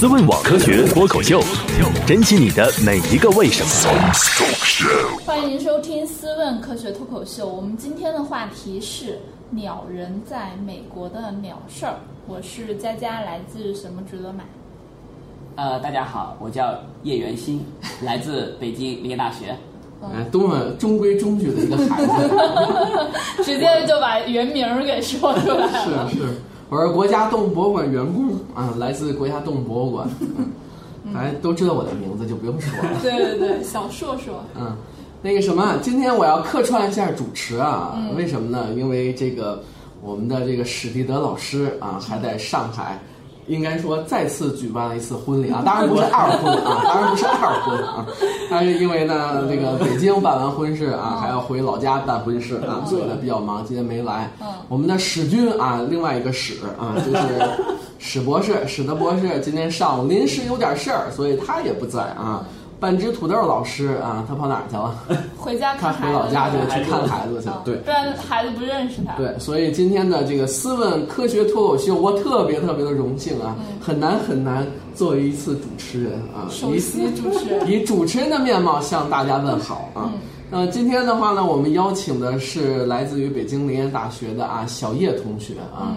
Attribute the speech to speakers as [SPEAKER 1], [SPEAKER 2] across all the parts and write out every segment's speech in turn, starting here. [SPEAKER 1] 思问网科学脱口秀，珍惜你的每一个为什么。
[SPEAKER 2] 欢迎收听《思问科学脱口秀》，我们今天的话题是鸟人在美国的鸟事儿。我是佳佳，来自什么值得 买？
[SPEAKER 3] 呃，大家好，我叫叶元新，来自北京林业大学。
[SPEAKER 4] 哎，多么中规中矩的一个孩子，
[SPEAKER 2] 直接就把原名儿给说出来了。
[SPEAKER 4] 是是，我是国家动物博物馆员工啊，来自国家动物博物馆，嗯大家都知道我的名字就不用说了，
[SPEAKER 2] 对对对，小硕硕，
[SPEAKER 4] 嗯，那个什么，今天我要客串一下主持啊，为什么呢？因为这个我们的这个史蒂德老师啊，还在上海。应该说再次举办了一次婚礼啊，当然不是二婚啊，当然不是二婚啊，但是因为呢，这个北京办完婚事啊，还要回老家办婚事啊，所以呢比较忙，今天没来。我们的史军啊，另外一个史啊，就是史博士，史德博士今天上午临时有点事儿，所以他也不在啊。半只土豆老师啊，他跑哪儿去 了？
[SPEAKER 2] 回家
[SPEAKER 4] 他
[SPEAKER 2] 看孩
[SPEAKER 4] 回
[SPEAKER 2] 子，
[SPEAKER 4] 老家去
[SPEAKER 3] 孩
[SPEAKER 4] 去
[SPEAKER 3] 子
[SPEAKER 4] 看孩子去了
[SPEAKER 2] 啊。
[SPEAKER 4] 对，
[SPEAKER 2] 不然孩子不认识他。
[SPEAKER 4] 对，所以今天的这个思问科学脱口秀，我特别特别的荣幸啊，很难很难作为一次主持人啊，
[SPEAKER 2] 首
[SPEAKER 4] 以
[SPEAKER 2] 席主持 人
[SPEAKER 4] 以主持人的面貌向大家问好啊。那、今天的话呢，我们邀请的是来自于北京林业大学的啊小叶同学啊。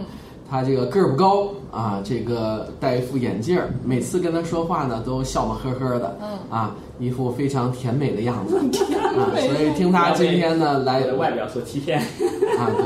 [SPEAKER 4] 他这个个儿不高啊，这个戴一副眼镜儿，每次跟他说话呢都笑嘛呵呵的，啊，一副非常甜美的样子啊，所以听他今天呢来
[SPEAKER 3] 我的外表所欺骗。
[SPEAKER 4] 啊，对，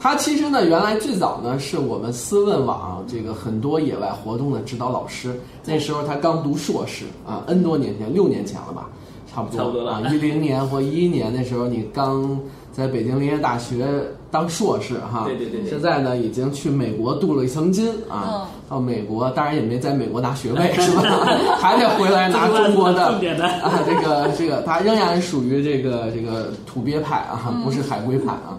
[SPEAKER 4] 他其实呢，原来最早呢是我们思问网这个很多野外活动的指导老师，那时候他刚读硕士啊，N 多年前，六年前了吧，差不多，
[SPEAKER 3] 差不多了
[SPEAKER 4] 啊，一零年或一一年那时候你刚在北京林业大学当硕士哈，
[SPEAKER 3] 对对对对
[SPEAKER 4] 现在呢已经去美国镀了一层金啊，到美国当然也没在美国拿 学位是吧， 还得回来拿中国的
[SPEAKER 3] 重点的
[SPEAKER 4] 啊，这个这个，他仍然属于这个这个土鳖派啊，不是海龟派啊。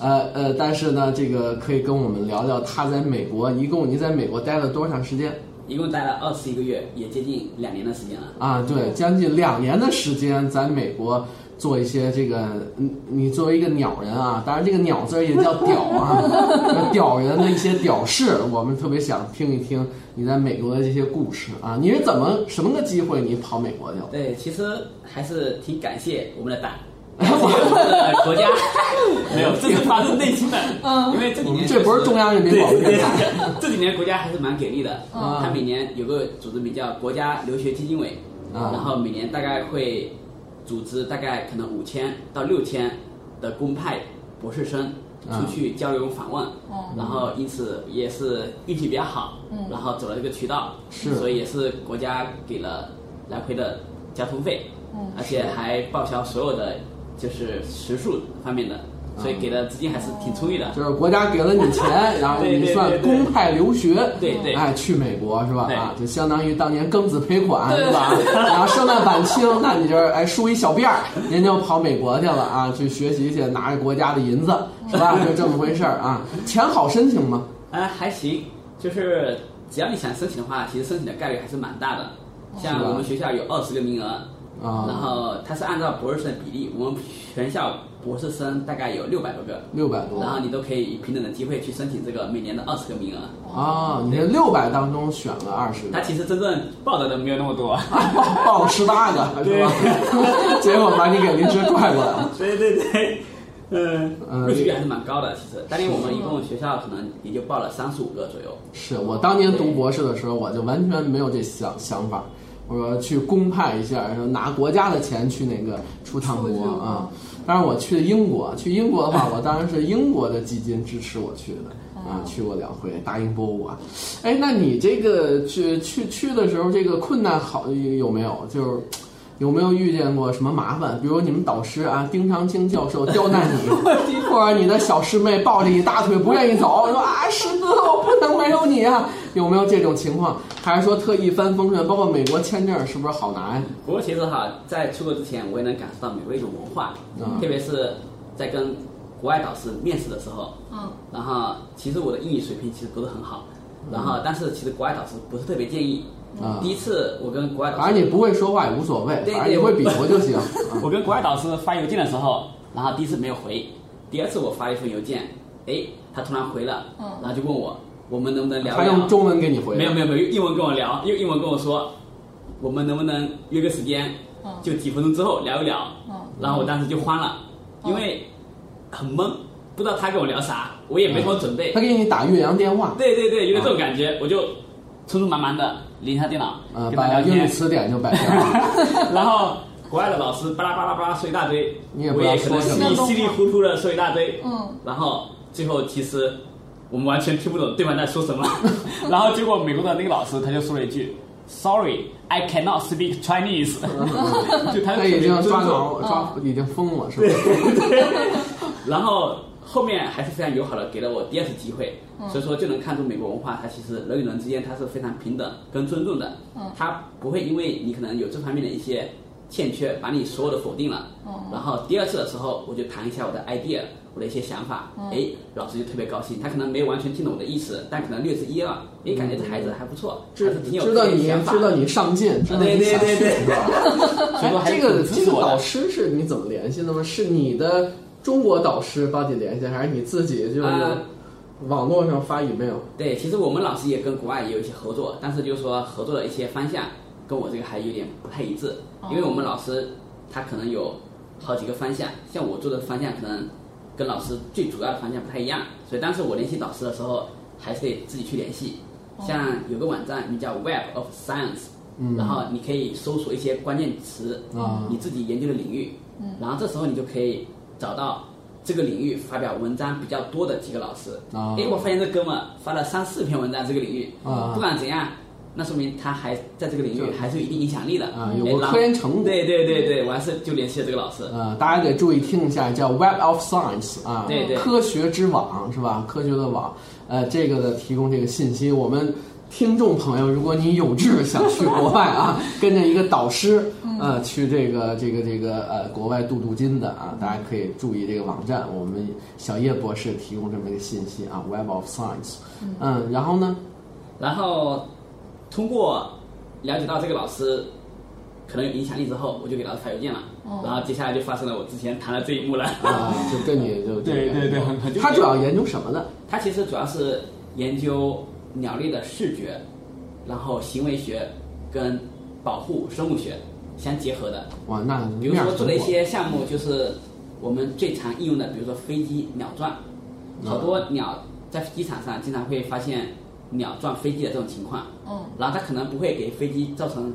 [SPEAKER 4] 呃呃，但是呢，这个可以跟我们聊聊他在美国，一共你在美国待了多长时间
[SPEAKER 3] 一共待了二十一个月，也接近两年的时间了。
[SPEAKER 4] 啊？对，将近两年的时间在美国。做一些这个，嗯你作为一个鸟人啊，当然这个鸟字儿也叫屌啊， 屌人的一些屌事，我们特别想听一听你在美国的这些故事啊。你是怎么什么个机会你跑美国去了？
[SPEAKER 3] 对，其实还是挺感谢我们的党，感谢我们的国家。 嗯没有，这个发自内心的，因为这几
[SPEAKER 4] 我们
[SPEAKER 3] 年
[SPEAKER 4] 这不是中央人民
[SPEAKER 3] 对
[SPEAKER 4] 广播
[SPEAKER 3] 对
[SPEAKER 4] 电台。
[SPEAKER 3] 对这几年国家还是蛮给力的，
[SPEAKER 4] 嗯
[SPEAKER 3] 它每年有个组织名叫国家留学基金委，
[SPEAKER 4] 嗯
[SPEAKER 3] 然后每年大概会组织大概可能五千到六千的公派博士生
[SPEAKER 4] 嗯
[SPEAKER 3] 出去交流访问，
[SPEAKER 2] 哦
[SPEAKER 3] 然后因此也是运气比较好，然后走了这个渠道，
[SPEAKER 4] 是
[SPEAKER 3] 所以也是国家给了来回的交通费，而且还报销所有的就是食宿方面的，所以给的资金还是挺充裕的。
[SPEAKER 4] 嗯就是国家给了你钱，然后
[SPEAKER 3] 对
[SPEAKER 4] 你
[SPEAKER 3] 对
[SPEAKER 4] 算
[SPEAKER 3] 对对
[SPEAKER 4] 公派留学，
[SPEAKER 3] 对对
[SPEAKER 4] 哎，去美国是吧？
[SPEAKER 3] 对
[SPEAKER 4] 啊，就相当于当年庚子赔款
[SPEAKER 2] 对
[SPEAKER 4] 是吧？然后圣诞晚清，那你就是哎梳一小辫儿，您就跑美国去了啊，去学习去，拿着国家的银子是吧？就这么回事儿啊。钱好申请吗？
[SPEAKER 3] 啊，还行，就是只要你想申请的话，其实申请的概率还是蛮大的。像
[SPEAKER 4] 是吧
[SPEAKER 3] 我们学校有二十个名额，
[SPEAKER 4] 啊
[SPEAKER 3] 然后它是按照博士生的比例，我们全校博士生大概有六百多个，
[SPEAKER 4] 六百多
[SPEAKER 3] 然后你都可以以平等的机会去申请这个每年的二十个名额。
[SPEAKER 4] 啊！你这六百当中选了二十
[SPEAKER 3] 它
[SPEAKER 4] 个，
[SPEAKER 3] 其实真正报的人没有那么多。
[SPEAKER 4] 报报了十八个是吧？结果把你给临时拽过来了。
[SPEAKER 3] 对对对，嗯，
[SPEAKER 4] 嗯
[SPEAKER 3] 录取率还是蛮高的。其实当年我们一共学校可能也就报了三十五个左右。
[SPEAKER 4] 是我当年读博士的时候，我就完全没有这想想法。我说去公派一下，说拿国家的钱去那个出趟
[SPEAKER 2] 出去
[SPEAKER 4] 国啊
[SPEAKER 2] 啊。
[SPEAKER 4] 当然我去英国，去英国的话，我当然是英国的基金支持我去
[SPEAKER 2] 哦
[SPEAKER 4] 的啊，去过两回大英博物馆。哎，那你这个去去去的时候，这个困难好有没有？就是。有没有遇见过什么麻烦？比如你们导师啊，丁长青教授刁难 你，或者你的小师妹抱着你大腿不愿意走，说啊，师哥，我不能没有 你啊，有没有这种情况？还是说特意翻风筝？包括美国签证是不是好拿呀？
[SPEAKER 3] 不过其实哈，在出国之前，我也能感受到美国一种文化，
[SPEAKER 4] 嗯
[SPEAKER 3] 特别是在跟国外导师面试的时候，
[SPEAKER 2] 嗯，
[SPEAKER 3] 然后其实我的英语水平其实不是很好，然后但是其实国外导师不是特别建议。
[SPEAKER 4] 嗯
[SPEAKER 3] 第一次我跟国外导师，
[SPEAKER 4] 啊反正你不会说话也无所谓，
[SPEAKER 3] 对
[SPEAKER 4] 反正你会比划就行。啊
[SPEAKER 3] 我跟国外导师发邮件的时候，然后第一次没有回，第二次我发了一封邮件，哎，他突然回了，然后就问我，我们能不能聊聊？
[SPEAKER 4] 他用中文给你回答，
[SPEAKER 3] 没有没有没有，英文跟我聊，用英文跟我说，我们能不能约个时间，
[SPEAKER 2] 嗯
[SPEAKER 3] 就几分钟之后聊一聊。
[SPEAKER 2] 嗯
[SPEAKER 3] 然后我当时就慌了，
[SPEAKER 4] 哦
[SPEAKER 3] 因为很懵，不知道他跟我聊啥，我也没什么准备
[SPEAKER 4] 他。给你打岳阳电话，
[SPEAKER 3] 对对对，有点这种感觉，我就匆匆忙忙的离开电脑
[SPEAKER 4] 呃，
[SPEAKER 3] 跟他
[SPEAKER 4] 把
[SPEAKER 3] 聊
[SPEAKER 4] 英语
[SPEAKER 3] 天，
[SPEAKER 4] 词典就摆掉 了。
[SPEAKER 3] 然后。国外的老师巴拉巴拉巴拉说一大堆，
[SPEAKER 4] 你也不
[SPEAKER 3] 我
[SPEAKER 4] 知道
[SPEAKER 3] 也可能
[SPEAKER 4] 说什
[SPEAKER 3] 稀
[SPEAKER 4] 么
[SPEAKER 3] 里稀里糊涂的说一大堆，
[SPEAKER 2] 嗯
[SPEAKER 3] 然后最后其实我们完全听不懂对方在说什 么，然后结果美国的那个老师他就说了一句，Sorry, I cannot speak Chinese，就 他
[SPEAKER 4] 嗯他
[SPEAKER 3] 就
[SPEAKER 4] 已经抓
[SPEAKER 3] 头。
[SPEAKER 4] 挠抓已经疯了，是吧？
[SPEAKER 3] 然后后面还是非常友好的给了我第二次机会，
[SPEAKER 2] 嗯
[SPEAKER 3] 所以说就能看出美国文化它其实人与人之间它是非常平等跟尊重的，
[SPEAKER 2] 嗯
[SPEAKER 3] 它不会因为你可能有这方面的一些欠缺把你所有的否定了，
[SPEAKER 2] 嗯
[SPEAKER 3] 然后第二次的时候我就谈一下我的 idea，我的一些想法，
[SPEAKER 2] 嗯
[SPEAKER 3] 哎，老师就特别高兴，他可能没有完全听懂我的意思，但可能略知一二，哎，感觉这孩子还不错，
[SPEAKER 4] 知
[SPEAKER 3] 还是挺有
[SPEAKER 4] 知道
[SPEAKER 3] 自
[SPEAKER 4] 你
[SPEAKER 3] 己的想法
[SPEAKER 4] 知道你上进，知道你想
[SPEAKER 3] 对对对对
[SPEAKER 4] 是 吧？
[SPEAKER 3] 所以说还
[SPEAKER 4] 哎
[SPEAKER 3] 是
[SPEAKER 4] 这个
[SPEAKER 3] 挺
[SPEAKER 4] 这
[SPEAKER 3] 支持
[SPEAKER 4] 个
[SPEAKER 3] 我的
[SPEAKER 4] 导师是你怎么联系的吗？是你的中国导师帮你联系，还是你自己就是
[SPEAKER 3] 呃
[SPEAKER 4] 网络上发 email？
[SPEAKER 3] 对，其实我们老师也跟国外也有一些合作，但是就是说合作的一些方向跟我这个还有点不太一致，因为我们老师他可能有好几个方向，像我做的方向可能跟老师最主要的方向不太一样，所以当时我联系导师的时候还是得自己去联系。像有个网站名叫 Web of Science，、然后你可以搜索一些关键词，
[SPEAKER 4] 嗯啊
[SPEAKER 3] 你自己研究的领域，然后这时候你就可以找到这个领域发表文章比较多的几个老师。
[SPEAKER 4] 啊
[SPEAKER 3] 哎，我发现这哥们儿发了三四篇文章这个领域，
[SPEAKER 4] 啊
[SPEAKER 3] 不管怎样，那说明他还在这个领域还是有一定影响力的
[SPEAKER 4] 啊
[SPEAKER 3] 哎
[SPEAKER 4] 有过
[SPEAKER 3] 然后
[SPEAKER 4] 科研成果
[SPEAKER 3] 对对对对，我还是就联系了这个老师。
[SPEAKER 4] 呃，大家得注意听一下，叫 Web of Science 啊，
[SPEAKER 3] 对对
[SPEAKER 4] 科学之网是吧？科学的网，呃，这个的提供这个信息，我们听众朋友，如果你有志想去国外 啊，跟着一个导师，
[SPEAKER 3] 嗯
[SPEAKER 4] 呃，去这个这个这个呃国外镀镀金的啊，大家可以注意这个网站，我们小叶博士提供这么一个信息啊，Web of Science，嗯，然后呢，
[SPEAKER 3] 然后通过了解到这个老师可能有影响力之后，我就给老师发邮件了。然后接下来就发生了我之前谈的这一幕了。
[SPEAKER 4] 啊、就跟你就
[SPEAKER 3] 对对对很很
[SPEAKER 4] 他主要研究什么呢？
[SPEAKER 3] 他其实主要是研究鸟类的视觉，然后行为学跟保护生物学相结合的。
[SPEAKER 4] 哇，那
[SPEAKER 3] 比如
[SPEAKER 4] 面儿
[SPEAKER 3] 说做了
[SPEAKER 4] 很
[SPEAKER 3] 一
[SPEAKER 4] 广
[SPEAKER 3] 些项目，就是我们最常应用的，比如说飞机鸟撞，
[SPEAKER 4] 嗯
[SPEAKER 3] 好多鸟在机场上经常会发现鸟撞飞机的这种情况。
[SPEAKER 2] 嗯
[SPEAKER 3] 然后它可能不会给飞机造成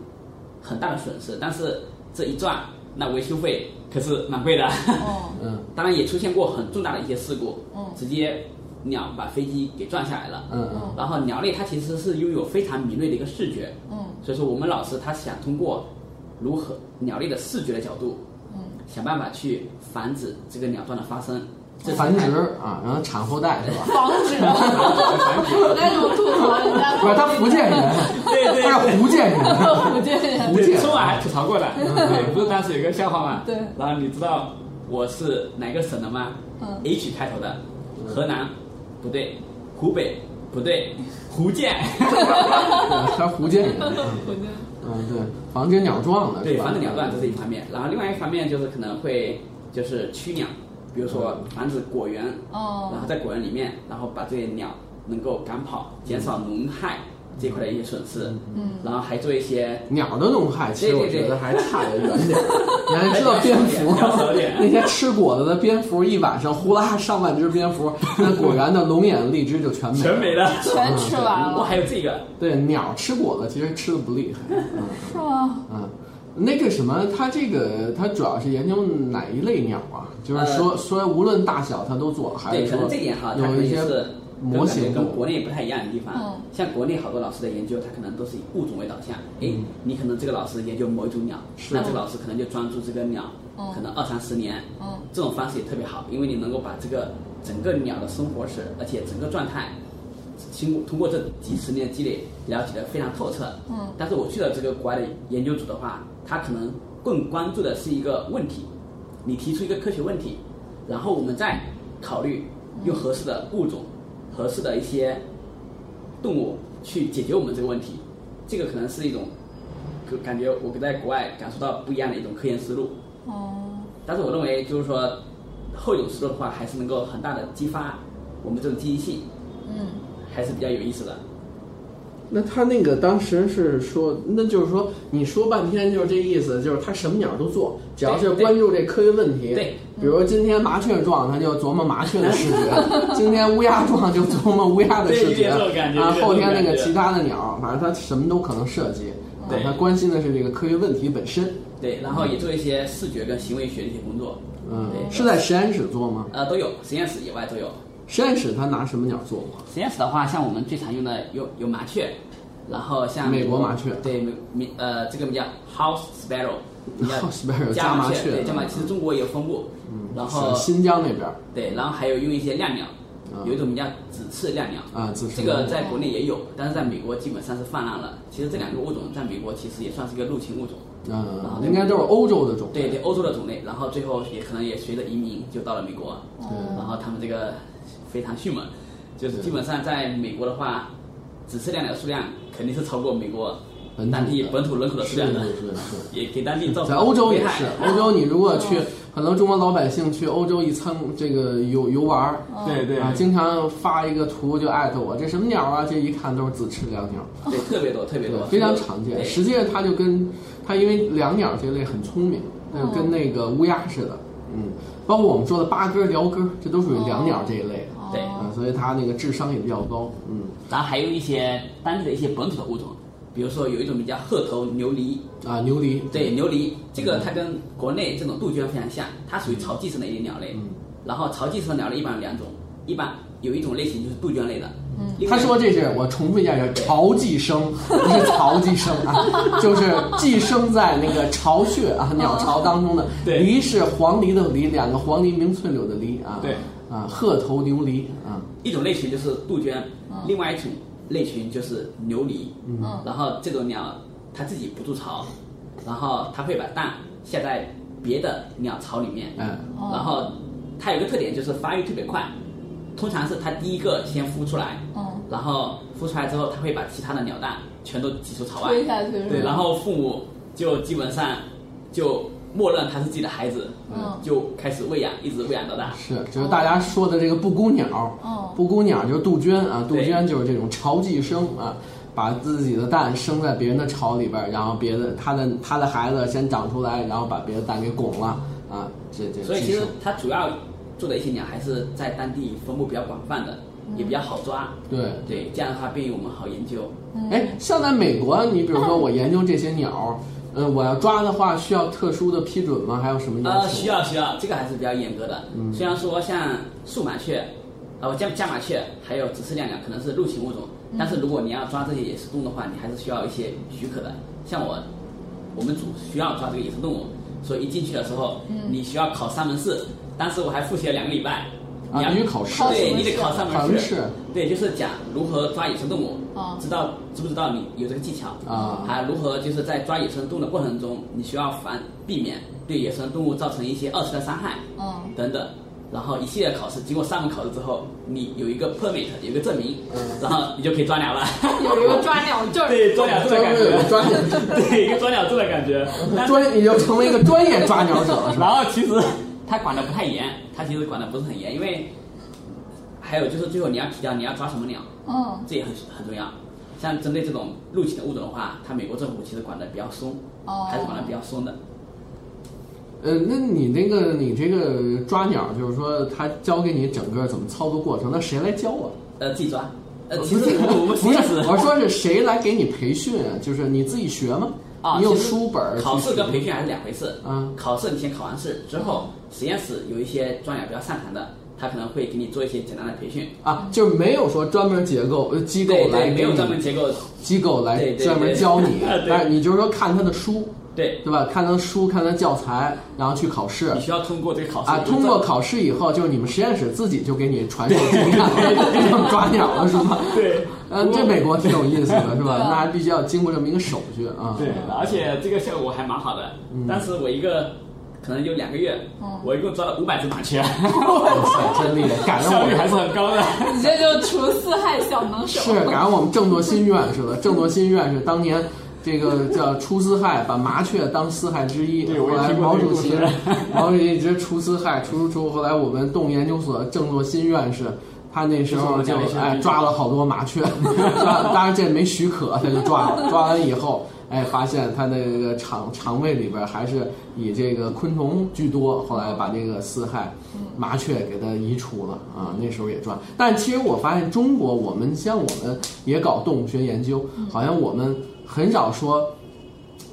[SPEAKER 3] 很大的损失，但是这一撞，那维修费可是蛮贵的。
[SPEAKER 2] 嗯
[SPEAKER 4] 嗯。
[SPEAKER 3] 当然也出现过很重大的一些事故，
[SPEAKER 2] 嗯
[SPEAKER 3] 直接鸟把飞机给撞下来了。
[SPEAKER 4] 嗯嗯
[SPEAKER 3] 然后鸟类它其实是拥有非常敏锐的一个视觉，
[SPEAKER 2] 嗯
[SPEAKER 3] 所以说我们老师他想通过如何鸟类的视觉的角度，
[SPEAKER 2] 嗯，
[SPEAKER 3] 想办法去防止这个鸟撞的发生。这是
[SPEAKER 4] 繁殖啊，然后产后代是吧？
[SPEAKER 2] 防止。嗯那种吐槽人家
[SPEAKER 4] 不是，他福建人，
[SPEAKER 3] 对对
[SPEAKER 4] 他是福建人，
[SPEAKER 2] 福建人，
[SPEAKER 4] 福建
[SPEAKER 3] 春晚还吐槽过的，
[SPEAKER 4] 嗯
[SPEAKER 3] 对，不是当时有一个笑话吗？
[SPEAKER 2] 对
[SPEAKER 3] 然后你知道我是哪个省的吗？
[SPEAKER 2] 嗯
[SPEAKER 3] ，H 开头的，
[SPEAKER 4] 嗯
[SPEAKER 3] 河南不对，湖北不对，福 建
[SPEAKER 4] 他是福建人。
[SPEAKER 2] 福建。
[SPEAKER 4] 嗯，对，防止鸟撞的，
[SPEAKER 3] 对，
[SPEAKER 4] 是吧
[SPEAKER 3] 防止鸟断这是一方面，然后另外一方面就是可能会就是驱鸟，比如说
[SPEAKER 4] 嗯
[SPEAKER 3] 防止果园，然
[SPEAKER 2] 哦
[SPEAKER 3] 后在果园里面，然后把这些鸟能够赶跑，减少
[SPEAKER 4] 嗯
[SPEAKER 3] 农害这块的一些损失，
[SPEAKER 2] 嗯，
[SPEAKER 3] 然后还做一些
[SPEAKER 4] 鸟的农害，其实我
[SPEAKER 3] 对对对
[SPEAKER 4] 觉得还差得远点儿。 你还知道蝙蝠
[SPEAKER 3] 还得少点
[SPEAKER 4] 那些吃果子的蝙蝠，一晚上呼啦上万只蝙蝠，那果园的龙眼、荔枝就全没了。
[SPEAKER 3] 全没了。
[SPEAKER 2] 全吃完
[SPEAKER 3] 哇，
[SPEAKER 2] 了，
[SPEAKER 3] 还有这个，
[SPEAKER 4] 对，鸟吃果子其实吃的不厉害。嗯
[SPEAKER 2] 是吗？
[SPEAKER 4] 嗯，那个什么，它这个它主要是研究哪一类鸟啊？就是说、说无论大小它都做，还
[SPEAKER 3] 呃对，
[SPEAKER 4] 是
[SPEAKER 3] 可
[SPEAKER 4] 说
[SPEAKER 3] 能这点哈，它可
[SPEAKER 4] 有
[SPEAKER 3] 能
[SPEAKER 4] 一
[SPEAKER 3] 也
[SPEAKER 4] 些
[SPEAKER 3] 是
[SPEAKER 4] 模型
[SPEAKER 3] 跟国内不太一样的地方。
[SPEAKER 2] 嗯
[SPEAKER 3] 像国内好多老师的研究，它可能都是以物种为导向。哎、你可能这个老师研究某一种鸟，
[SPEAKER 4] 嗯是
[SPEAKER 3] 那这个老师可能就专注这个鸟，
[SPEAKER 2] 嗯
[SPEAKER 3] 可能二三十年。
[SPEAKER 2] 嗯
[SPEAKER 3] 这种方式也特别好，因为你能够把这个整个鸟的生活史，而且整个状态，经过通过这几十年的积累，了解得非常透彻。
[SPEAKER 2] 嗯
[SPEAKER 3] 但是我去了这个国外的研究组的话，他可能更关注的是一个问题，你提出一个科学问题，然后我们再考虑用合适的物种、合适的一些动物去解决我们这个问题。这个可能是一种，感觉我在国外感受到不一样的一种科研思路。
[SPEAKER 2] 哦
[SPEAKER 3] 但是我认为就是说，后一种思路的话，还是能够很大的激发我们这种积极性，
[SPEAKER 2] 嗯
[SPEAKER 3] 还是比较有意思的。
[SPEAKER 4] 那他那个当时是说，那就是说，你说半天就是这意思，就是他什么鸟都做，只要是关注这科学问题。
[SPEAKER 3] 对，
[SPEAKER 4] 比如今天麻雀撞，他就琢磨麻雀的视 觉；今天乌鸦撞，就琢磨乌鸦的视
[SPEAKER 3] 对有
[SPEAKER 4] 觉。
[SPEAKER 3] 点这种感觉
[SPEAKER 4] 啊
[SPEAKER 3] 有点这，种
[SPEAKER 4] 后天那个
[SPEAKER 3] 感觉
[SPEAKER 4] 其他的鸟，反正他什么都可能涉及。啊
[SPEAKER 3] 对，
[SPEAKER 4] 他关心的是这个科学问题本身。
[SPEAKER 3] 对，然后也做一些视觉跟行为学的一些工作，
[SPEAKER 4] 嗯，
[SPEAKER 3] 对
[SPEAKER 4] 是在实验室做吗？
[SPEAKER 3] 呃，都有，实验室以外都有。
[SPEAKER 4] 实验室他拿什么鸟做过？
[SPEAKER 3] 实验室的话，像我们最常用的有有麻雀，然后像
[SPEAKER 4] 美国麻雀
[SPEAKER 3] 对，美美呃这个名叫 house sparrow，名叫
[SPEAKER 4] House sparrow，
[SPEAKER 3] 家麻
[SPEAKER 4] 家麻雀嗯
[SPEAKER 3] 对，家麻雀，其实中国也有分布，然后
[SPEAKER 4] 是新疆那边
[SPEAKER 3] 对，然后还有用一些亮鸟，
[SPEAKER 4] 嗯
[SPEAKER 3] 有一种名叫紫翅亮鸟，
[SPEAKER 4] 啊，自
[SPEAKER 3] 这个在国内也有，但是在美国基本上是泛滥了。其实这两个物种在美国其实也算是一个入侵物种，
[SPEAKER 4] 嗯，应该都是欧洲的种类。
[SPEAKER 3] 对对，欧洲的种类，然后最后也可能也随着移民就到了美国，
[SPEAKER 2] 嗯
[SPEAKER 3] 然后他们这个非常迅猛，就是基本上在美国的话，紫翅亮鸟数量肯定是超过美国
[SPEAKER 4] 本土
[SPEAKER 3] 当地
[SPEAKER 4] 的
[SPEAKER 3] 本土人口的数
[SPEAKER 4] 是
[SPEAKER 3] 量
[SPEAKER 4] 是
[SPEAKER 3] 的，
[SPEAKER 4] 是是。
[SPEAKER 3] 也给当地造成
[SPEAKER 4] 在欧洲也
[SPEAKER 3] 危害
[SPEAKER 4] 是，欧洲你如果去，很多中国老百姓去欧洲一参这个游游玩儿，
[SPEAKER 3] 对对
[SPEAKER 4] 啊，经常发一个图就艾特我，这什么鸟啊？这一看都是紫翅椋鸟，
[SPEAKER 3] 对特别多特别
[SPEAKER 4] 对
[SPEAKER 3] 多，，
[SPEAKER 4] 非常常见。
[SPEAKER 3] 对
[SPEAKER 4] 实际上它就跟它因为椋鸟这类很聪明，它就跟那个乌鸦似的，嗯，包括我们说的八哥、鹩哥，这都属于椋鸟这一类的，
[SPEAKER 3] 对
[SPEAKER 4] 啊，所以它那个智商也比较高，嗯，
[SPEAKER 3] 然后还有一些当地的一些本土的物种，比如说有一种名叫鹤头牛梨，
[SPEAKER 4] 啊，牛梨，
[SPEAKER 3] 对，牛梨这个它跟国内这种杜鹃非常像，它属于潮寄生的一类鸟类。然后潮寄生的鸟类一般有两种，一般有一种类型就是杜鹃类的。嗯
[SPEAKER 4] 他说这是我重复一下，叫潮寄 生，不是曹寄生啊，就是寄生在那个巢穴啊，鸟巢当中的。
[SPEAKER 3] 对
[SPEAKER 4] 梨是黄鹂的梨，两个黄鹂鸣翠柳的梨啊。
[SPEAKER 3] 对。
[SPEAKER 4] 啊，鹤头牛梨啊，
[SPEAKER 3] 一种类群就是杜鹃，另外一种类群就是牛梨。
[SPEAKER 2] 嗯
[SPEAKER 3] 然后这种鸟它自己不筑巢，然后它会把蛋下在别的鸟巢里面。
[SPEAKER 4] 嗯，
[SPEAKER 2] 哦
[SPEAKER 3] 然后它有个特点就是发育特别快，通常是它第一个先孵出来，
[SPEAKER 2] 嗯，
[SPEAKER 3] 然后孵出来之后，它会把其他的鸟蛋全都挤出巢外，
[SPEAKER 2] 推下去是吧
[SPEAKER 3] 对，然后父母就基本上就默认他是自己的孩子，
[SPEAKER 2] 嗯
[SPEAKER 3] 就开始喂养，一直喂养到大。
[SPEAKER 4] 是，就是大家说的这个布谷鸟，
[SPEAKER 2] 哦
[SPEAKER 4] 布谷鸟就是杜鹃啊，杜
[SPEAKER 3] 对
[SPEAKER 4] 鹃就是这种巢寄生啊，把自己的蛋生在别人的巢里边儿，然后别的它的它的孩子先长出来，然后把别的蛋给拱了啊，这这。
[SPEAKER 3] 所以
[SPEAKER 4] 寄
[SPEAKER 3] 其实
[SPEAKER 4] 生
[SPEAKER 3] 它主要做的一些鸟还是在当地分布比较广泛的，也比较好抓。
[SPEAKER 4] 对。
[SPEAKER 3] 对，这样的话便于我们好研究。
[SPEAKER 4] 哎，像在美国，你比如说我研究这些鸟，呃，我要抓的话，需要特殊的批准吗？还有什么要
[SPEAKER 3] 呃，
[SPEAKER 4] 求？嗯
[SPEAKER 3] 需。要需要，这个还是比较严格的。虽然说像树麻雀，啊、呃，加加麻雀，还有紫翅椋鸟啊可能是入侵物种，但是如果你要抓这些野生动物的话，你还是需要一些许可的。像我，我们组需要抓这个野生动物，所以一进去的时候，你需要考三门试，当时我还复习了两个礼拜。
[SPEAKER 4] 啊
[SPEAKER 3] 你要
[SPEAKER 4] 必须考试
[SPEAKER 3] 对你得考三
[SPEAKER 4] 考
[SPEAKER 3] 门
[SPEAKER 4] 试
[SPEAKER 3] 试，对，就是讲如何抓野生动物，
[SPEAKER 2] 哦
[SPEAKER 3] 知道知不知道你有这个技巧
[SPEAKER 4] 啊
[SPEAKER 3] 还如何就是在抓野生动物的过程中，你需要防避免对野生动物造成一些二次的伤害，
[SPEAKER 2] 嗯
[SPEAKER 3] 等等。然后一系列考试，经过三门考试之后，你有一个 permit，有一个证明，然后你就可以抓鸟了。
[SPEAKER 2] 嗯有一个抓鸟证儿，
[SPEAKER 3] 对，抓鸟这
[SPEAKER 4] 专
[SPEAKER 3] 的感
[SPEAKER 4] 业
[SPEAKER 3] 觉，
[SPEAKER 4] 专业
[SPEAKER 3] 对，一个抓鸟这的感觉。但是
[SPEAKER 4] 专，你就成为一个专业抓鸟者了，是吧？
[SPEAKER 3] 然后其实他管的不太严，他其实管的不是很严，因为还有就是最后你要提到你要抓什么鸟，
[SPEAKER 2] 嗯
[SPEAKER 3] 这也很很重要。像针对这种入侵的物种的话，它美国政府其实管的比较松，
[SPEAKER 2] 哦
[SPEAKER 3] 还是管的比较松的。
[SPEAKER 4] 呃，那你那个你这个抓鸟，就是说他教给你整个怎么操作过程，那谁来教啊？
[SPEAKER 3] 呃，自己抓。呃，其 实我们我们实
[SPEAKER 4] 不是
[SPEAKER 3] 验室，
[SPEAKER 4] 我说是谁来给你培训啊？就是你自己学吗？
[SPEAKER 3] 啊，
[SPEAKER 4] 你有
[SPEAKER 3] 其实
[SPEAKER 4] 书本儿去学吗？
[SPEAKER 3] 考试跟培训还是两回事。
[SPEAKER 4] 嗯
[SPEAKER 3] 考试你先考完试之后，实验室有一些专业比较擅长的，他可能会给你做一些简单的培训。
[SPEAKER 4] 啊，就是没有说专门结构呃机构
[SPEAKER 3] 对
[SPEAKER 4] 来
[SPEAKER 3] 对，没
[SPEAKER 4] 给
[SPEAKER 3] 有
[SPEAKER 4] 你
[SPEAKER 3] 专门结构。
[SPEAKER 4] 机构来
[SPEAKER 3] 对对
[SPEAKER 4] 专门
[SPEAKER 3] 对
[SPEAKER 4] 教你
[SPEAKER 3] 啊，对
[SPEAKER 4] 但是你就是说看他的书，
[SPEAKER 3] 对，
[SPEAKER 4] 对吧？看他的书，看他的教材，然后去考试
[SPEAKER 3] 你需要通过这个考试
[SPEAKER 4] 嗯啊。通过考试以后，就是你们实验室自己就给你传授经验了，就抓鸟了是吗？
[SPEAKER 3] 对，
[SPEAKER 4] 嗯，这美国挺有意思的，是吧？
[SPEAKER 2] 对啊
[SPEAKER 4] 那还必须要经过这么一个手续啊。
[SPEAKER 3] 对，而且这个效果还蛮好的。
[SPEAKER 4] 嗯
[SPEAKER 3] 当时我一个可能有两个月，我一共抓了五百只麻雀，
[SPEAKER 4] 哇塞，真厉害，赶上
[SPEAKER 3] 效
[SPEAKER 4] 我
[SPEAKER 3] 率还
[SPEAKER 4] 们
[SPEAKER 3] 是很高的。
[SPEAKER 2] 你这就除四害小能手。
[SPEAKER 4] 是赶上我们郑作新院士了。郑作新院士当年。这个叫除四害，把麻雀当四害之一。
[SPEAKER 5] 对我
[SPEAKER 4] 后
[SPEAKER 5] 也
[SPEAKER 4] 来
[SPEAKER 5] 听过
[SPEAKER 4] 毛
[SPEAKER 5] 这个
[SPEAKER 4] 主
[SPEAKER 5] 故
[SPEAKER 4] 席
[SPEAKER 5] 事，
[SPEAKER 4] 毛主席一直除四害，除除除。后来我们动研究所郑作新院士，他那时候就
[SPEAKER 3] 就是我讲的
[SPEAKER 4] 哎
[SPEAKER 3] 是
[SPEAKER 4] 抓了好多麻雀，抓当然这没许可，他就抓了，抓完以后。哎，发现他那个肠肠胃里边还是以这个昆虫居多，后来把这个四害麻雀给它移除了啊。那时候也抓，但其实我发现中国，我们像我们也搞动物学研究，好像我们很少说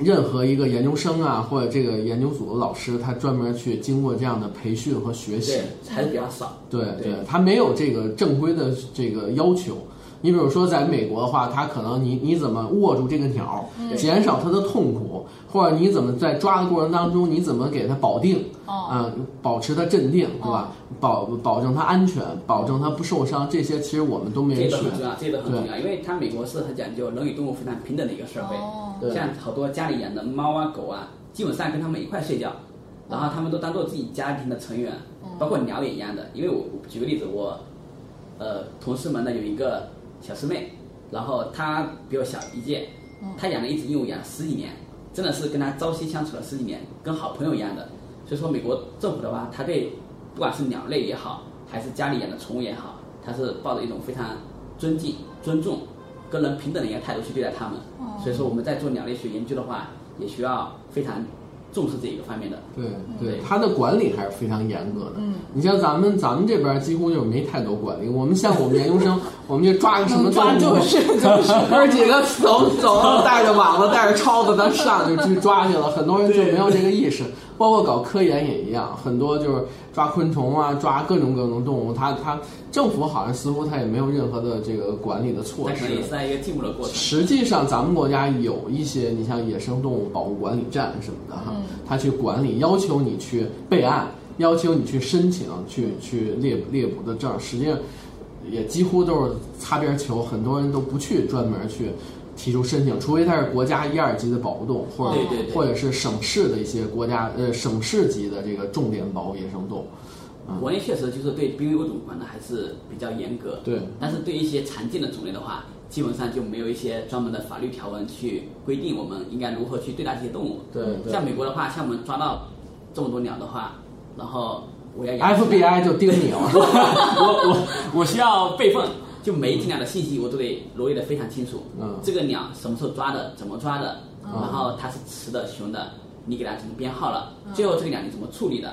[SPEAKER 4] 任何一个研究生啊，或者这个研究组的老师，他专门去经过这样的培训和学习
[SPEAKER 3] 对，，还是比较少。
[SPEAKER 4] 对
[SPEAKER 3] 对
[SPEAKER 4] 他没有这个正规的这个要求。你比如说，在美国的话，他可能你你怎么握住这个鸟，
[SPEAKER 3] 嗯
[SPEAKER 4] 减少它的痛苦，或者你怎么在抓的过程当中，你怎么给它保定，
[SPEAKER 2] 哦
[SPEAKER 4] 啊、保持它镇定，对吧？
[SPEAKER 3] 哦
[SPEAKER 4] 保保证它安全，保证它不受伤，这些其实我们都没
[SPEAKER 3] 这
[SPEAKER 4] 人
[SPEAKER 3] 个
[SPEAKER 4] 学。
[SPEAKER 3] 很重要，这个很重要，因为它美国是很讲究人与动物非常平等的一个社会，
[SPEAKER 2] 哦
[SPEAKER 4] 对
[SPEAKER 3] 像好多家里养的猫啊狗啊，基本上跟它们一块睡觉，然后它们都当做自己家庭的成员，包括鸟也一样的。因为我我举个例子，我呃同事们呢有一个小师妹，然后她比我小一届，她养了一只鹦鹉养了十几年，真的是跟她朝夕相处了十几年，跟好朋友一样的。所以说，美国政府的话，它对不管是鸟类也好，还是家里养的宠物也好，它是抱着一种非常尊敬、尊重、跟人平等的一个态度去对待它们。所以说，我们在做鸟类学研究的话，也需要非常重视这一个方面的。
[SPEAKER 4] 对对
[SPEAKER 2] 嗯
[SPEAKER 3] 对，
[SPEAKER 4] 它的管理还是非常严格的。嗯，你像咱们咱们这边几乎就没太多管理。我们像我们研究生，我们就抓个什么
[SPEAKER 2] 能抓
[SPEAKER 4] 动物，
[SPEAKER 2] 就是
[SPEAKER 4] 哥几个走走了，带着网子，带着抄子，咱上就去抓去了。很多人就没有这个意识，包括搞科研也一样，很多就是抓昆虫啊，抓各种各种动物。它它政府好像似乎它也没有任何的这个管理的措
[SPEAKER 3] 它
[SPEAKER 4] 施。
[SPEAKER 3] 可能也是在一个进步的过程。
[SPEAKER 4] 实际上，咱们国家有一些，你像野生动物保护管理站什么的哈，
[SPEAKER 3] 嗯
[SPEAKER 4] 它去管理，要求你去备案，要求你去申请，去去猎猎捕的证儿，实际上也几乎都是擦边球，很多人都不去专门去提出申请，除非它是国家一二级的保护动物，或者
[SPEAKER 3] 对对对
[SPEAKER 4] 或者是省市的一些国家呃省市级的这个重点保护野生动物，嗯
[SPEAKER 3] 国内确实就是对濒危物种管的还是比较严格，
[SPEAKER 4] 对
[SPEAKER 3] 但是对一些常见的种类的话，基本上就没有一些专门的法律条文去规定我们应该如何去对待这些动物。
[SPEAKER 4] 对对
[SPEAKER 3] 像美国的话，像我们抓到这么多鸟的话，然后我要养
[SPEAKER 4] ，FBI 就盯你 哦了。
[SPEAKER 3] 我我我需要备份，就每一只鸟的信息我都得罗列的非常清楚。
[SPEAKER 4] 嗯
[SPEAKER 3] 这个鸟什么时候抓的，怎么抓的，然后它是雌的、雄的，你给它怎么编号了，
[SPEAKER 4] 嗯
[SPEAKER 3] 最后这个鸟你怎么处理的，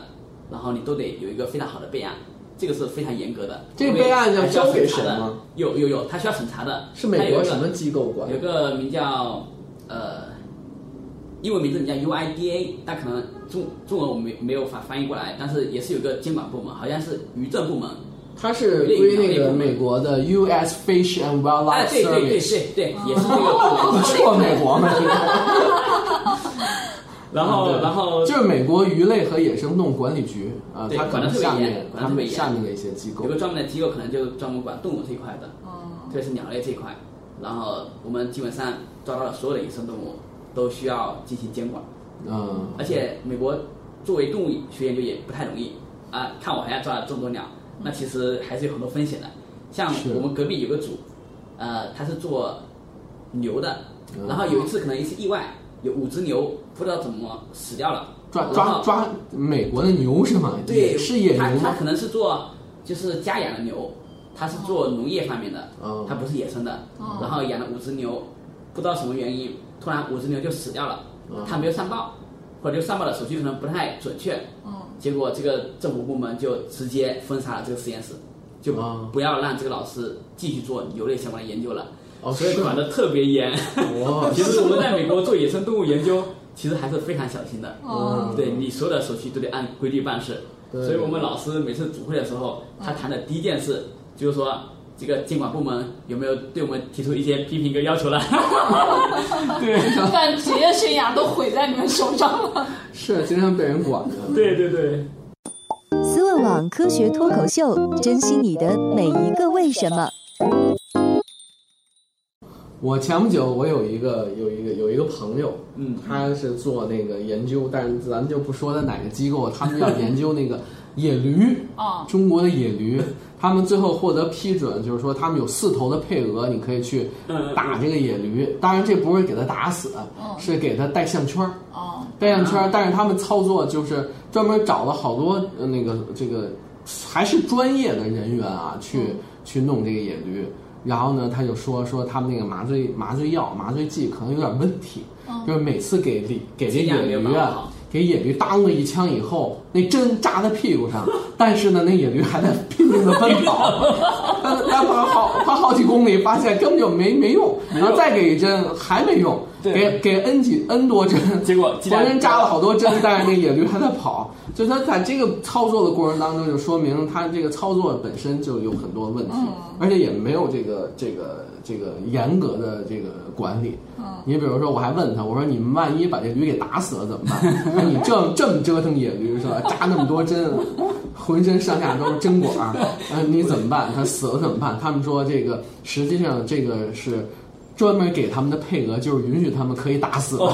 [SPEAKER 3] 然后你都得有一个非常好的备案。这个是非常严格的，
[SPEAKER 4] 这个备案要
[SPEAKER 3] 因为它需
[SPEAKER 4] 交给
[SPEAKER 3] 审查
[SPEAKER 4] 谁
[SPEAKER 3] 的
[SPEAKER 4] 吗？
[SPEAKER 3] 有有有，它需要审查的。
[SPEAKER 4] 是美
[SPEAKER 3] 它有
[SPEAKER 4] 国
[SPEAKER 3] 一个
[SPEAKER 4] 什么机构管理
[SPEAKER 3] 有？个名叫呃，英文名字名叫 UIDA，但可能中中文我没没有法翻译过来，但是也是有个监管部门，好像是渔政部门。
[SPEAKER 4] 它是归那个美国的 U.S. Fish and
[SPEAKER 3] 哎，
[SPEAKER 4] Wildlife
[SPEAKER 3] 对对对
[SPEAKER 4] Service，
[SPEAKER 3] 对对，也是这个。
[SPEAKER 4] 不错，美国嘛，
[SPEAKER 3] 然后然后
[SPEAKER 4] 就是美国鱼类和野生动物管理局啊，
[SPEAKER 3] 对
[SPEAKER 4] 它可
[SPEAKER 3] 管得
[SPEAKER 4] 能
[SPEAKER 3] 特别
[SPEAKER 4] 下面
[SPEAKER 3] 严管
[SPEAKER 4] 它
[SPEAKER 3] 得特别
[SPEAKER 4] 们
[SPEAKER 3] 严
[SPEAKER 4] 下面的一些机构
[SPEAKER 3] 有个专门的机构，可能就专门管动物这一块的，特别是鸟类这一块。然后我们基本上抓到了所有的野生动物，都需要进行监管。
[SPEAKER 4] 嗯，
[SPEAKER 3] 而且美国作为动物学研究也不太容易啊，看我还要抓了这么多鸟，那其实还是有很多风险的。像
[SPEAKER 4] 是
[SPEAKER 3] 我们隔壁有个组，呃，他是做牛的，
[SPEAKER 4] 嗯
[SPEAKER 3] 然后有一次可能一次意外，有五只牛不知道怎么死掉了，
[SPEAKER 4] 抓
[SPEAKER 3] 然
[SPEAKER 4] 抓
[SPEAKER 3] 后
[SPEAKER 4] 抓美国的牛是吗？
[SPEAKER 3] 对，
[SPEAKER 4] 是野
[SPEAKER 3] 他
[SPEAKER 4] 牛
[SPEAKER 3] 他
[SPEAKER 4] 吗？
[SPEAKER 3] 可能是做就是家养的牛，他是做农业方面的
[SPEAKER 4] 哦，
[SPEAKER 3] 他不是野生的。然后养了五只牛，不知道什么原因，突然五只牛就死掉了
[SPEAKER 4] 哦，
[SPEAKER 3] 他没有上报，或者就上报的手续可能不太准确。结果这个政府部门就直接封杀了这个实验室，就
[SPEAKER 4] 哦
[SPEAKER 3] 不要让这个老师继续做牛类相关的研究了。
[SPEAKER 4] 哦
[SPEAKER 3] 所以
[SPEAKER 4] 是吗哦
[SPEAKER 3] 管得特别严。
[SPEAKER 4] 哇，
[SPEAKER 3] 其实我们在美国做野生动物研究，其实还是非常小心的。
[SPEAKER 4] 嗯
[SPEAKER 3] 对你所有的手续都得按规律办事。
[SPEAKER 4] 对
[SPEAKER 3] 所以我们老师每次组会的时候，他谈的第一件事就是说，这个监管部门有没有对我们提出一些批评跟要求了？
[SPEAKER 2] 但职业生涯都毁在你们手上了。
[SPEAKER 4] 是经常被人管的。
[SPEAKER 3] 对对对，
[SPEAKER 5] 思问网科学脱口秀，珍惜你的每一个为什么。
[SPEAKER 4] 我前不久我有一个有一个有一个朋友，
[SPEAKER 3] 嗯
[SPEAKER 4] 他是做那个研究，但是咱们就不说他哪个机构，他们要研究那个野驴，
[SPEAKER 2] 哦
[SPEAKER 4] 中国的野驴，他们最后获得批准，就是说他们有四头的配额，你可以去打这个野驴，当然这不是给它打死，是给它带项圈儿。
[SPEAKER 2] 哦，
[SPEAKER 4] 带项圈儿，但是他们操作就是专门找了好多呃那个这个还是专业的人员啊，去去弄这个野驴。然后呢，他就说说他们那个麻醉麻醉药、麻醉剂可能有点问题，就是每次给里给这
[SPEAKER 3] 剂量
[SPEAKER 4] 野
[SPEAKER 3] 没有把
[SPEAKER 4] 驴
[SPEAKER 3] 握
[SPEAKER 4] 啊
[SPEAKER 3] 好，
[SPEAKER 4] 给野驴当了一枪以后，那针扎在屁股上，但是呢，那野驴还在拼命的奔跑，他他跑好跑好几公里，发现根本就没没用，然后再给一针还没用，
[SPEAKER 6] 对
[SPEAKER 4] 给给 n 几 n 多针，
[SPEAKER 6] 结果剂量
[SPEAKER 4] 全身扎了好多针，但是那野驴还在跑，就他在这个操作的过程当中，就说明他这个操作本身就有很多问题，而且也没有这个这个这个严格的这个管理。你比如说，我还问他，我说你们万一把这驴给打死了怎么办？那你这这么折腾野驴是吧？扎那么多针，浑身上下都是针管儿，呃，你怎么办？他死了怎么办？他们说这个实际上这个是。专门给他们的配额就是允许他们可以打死的，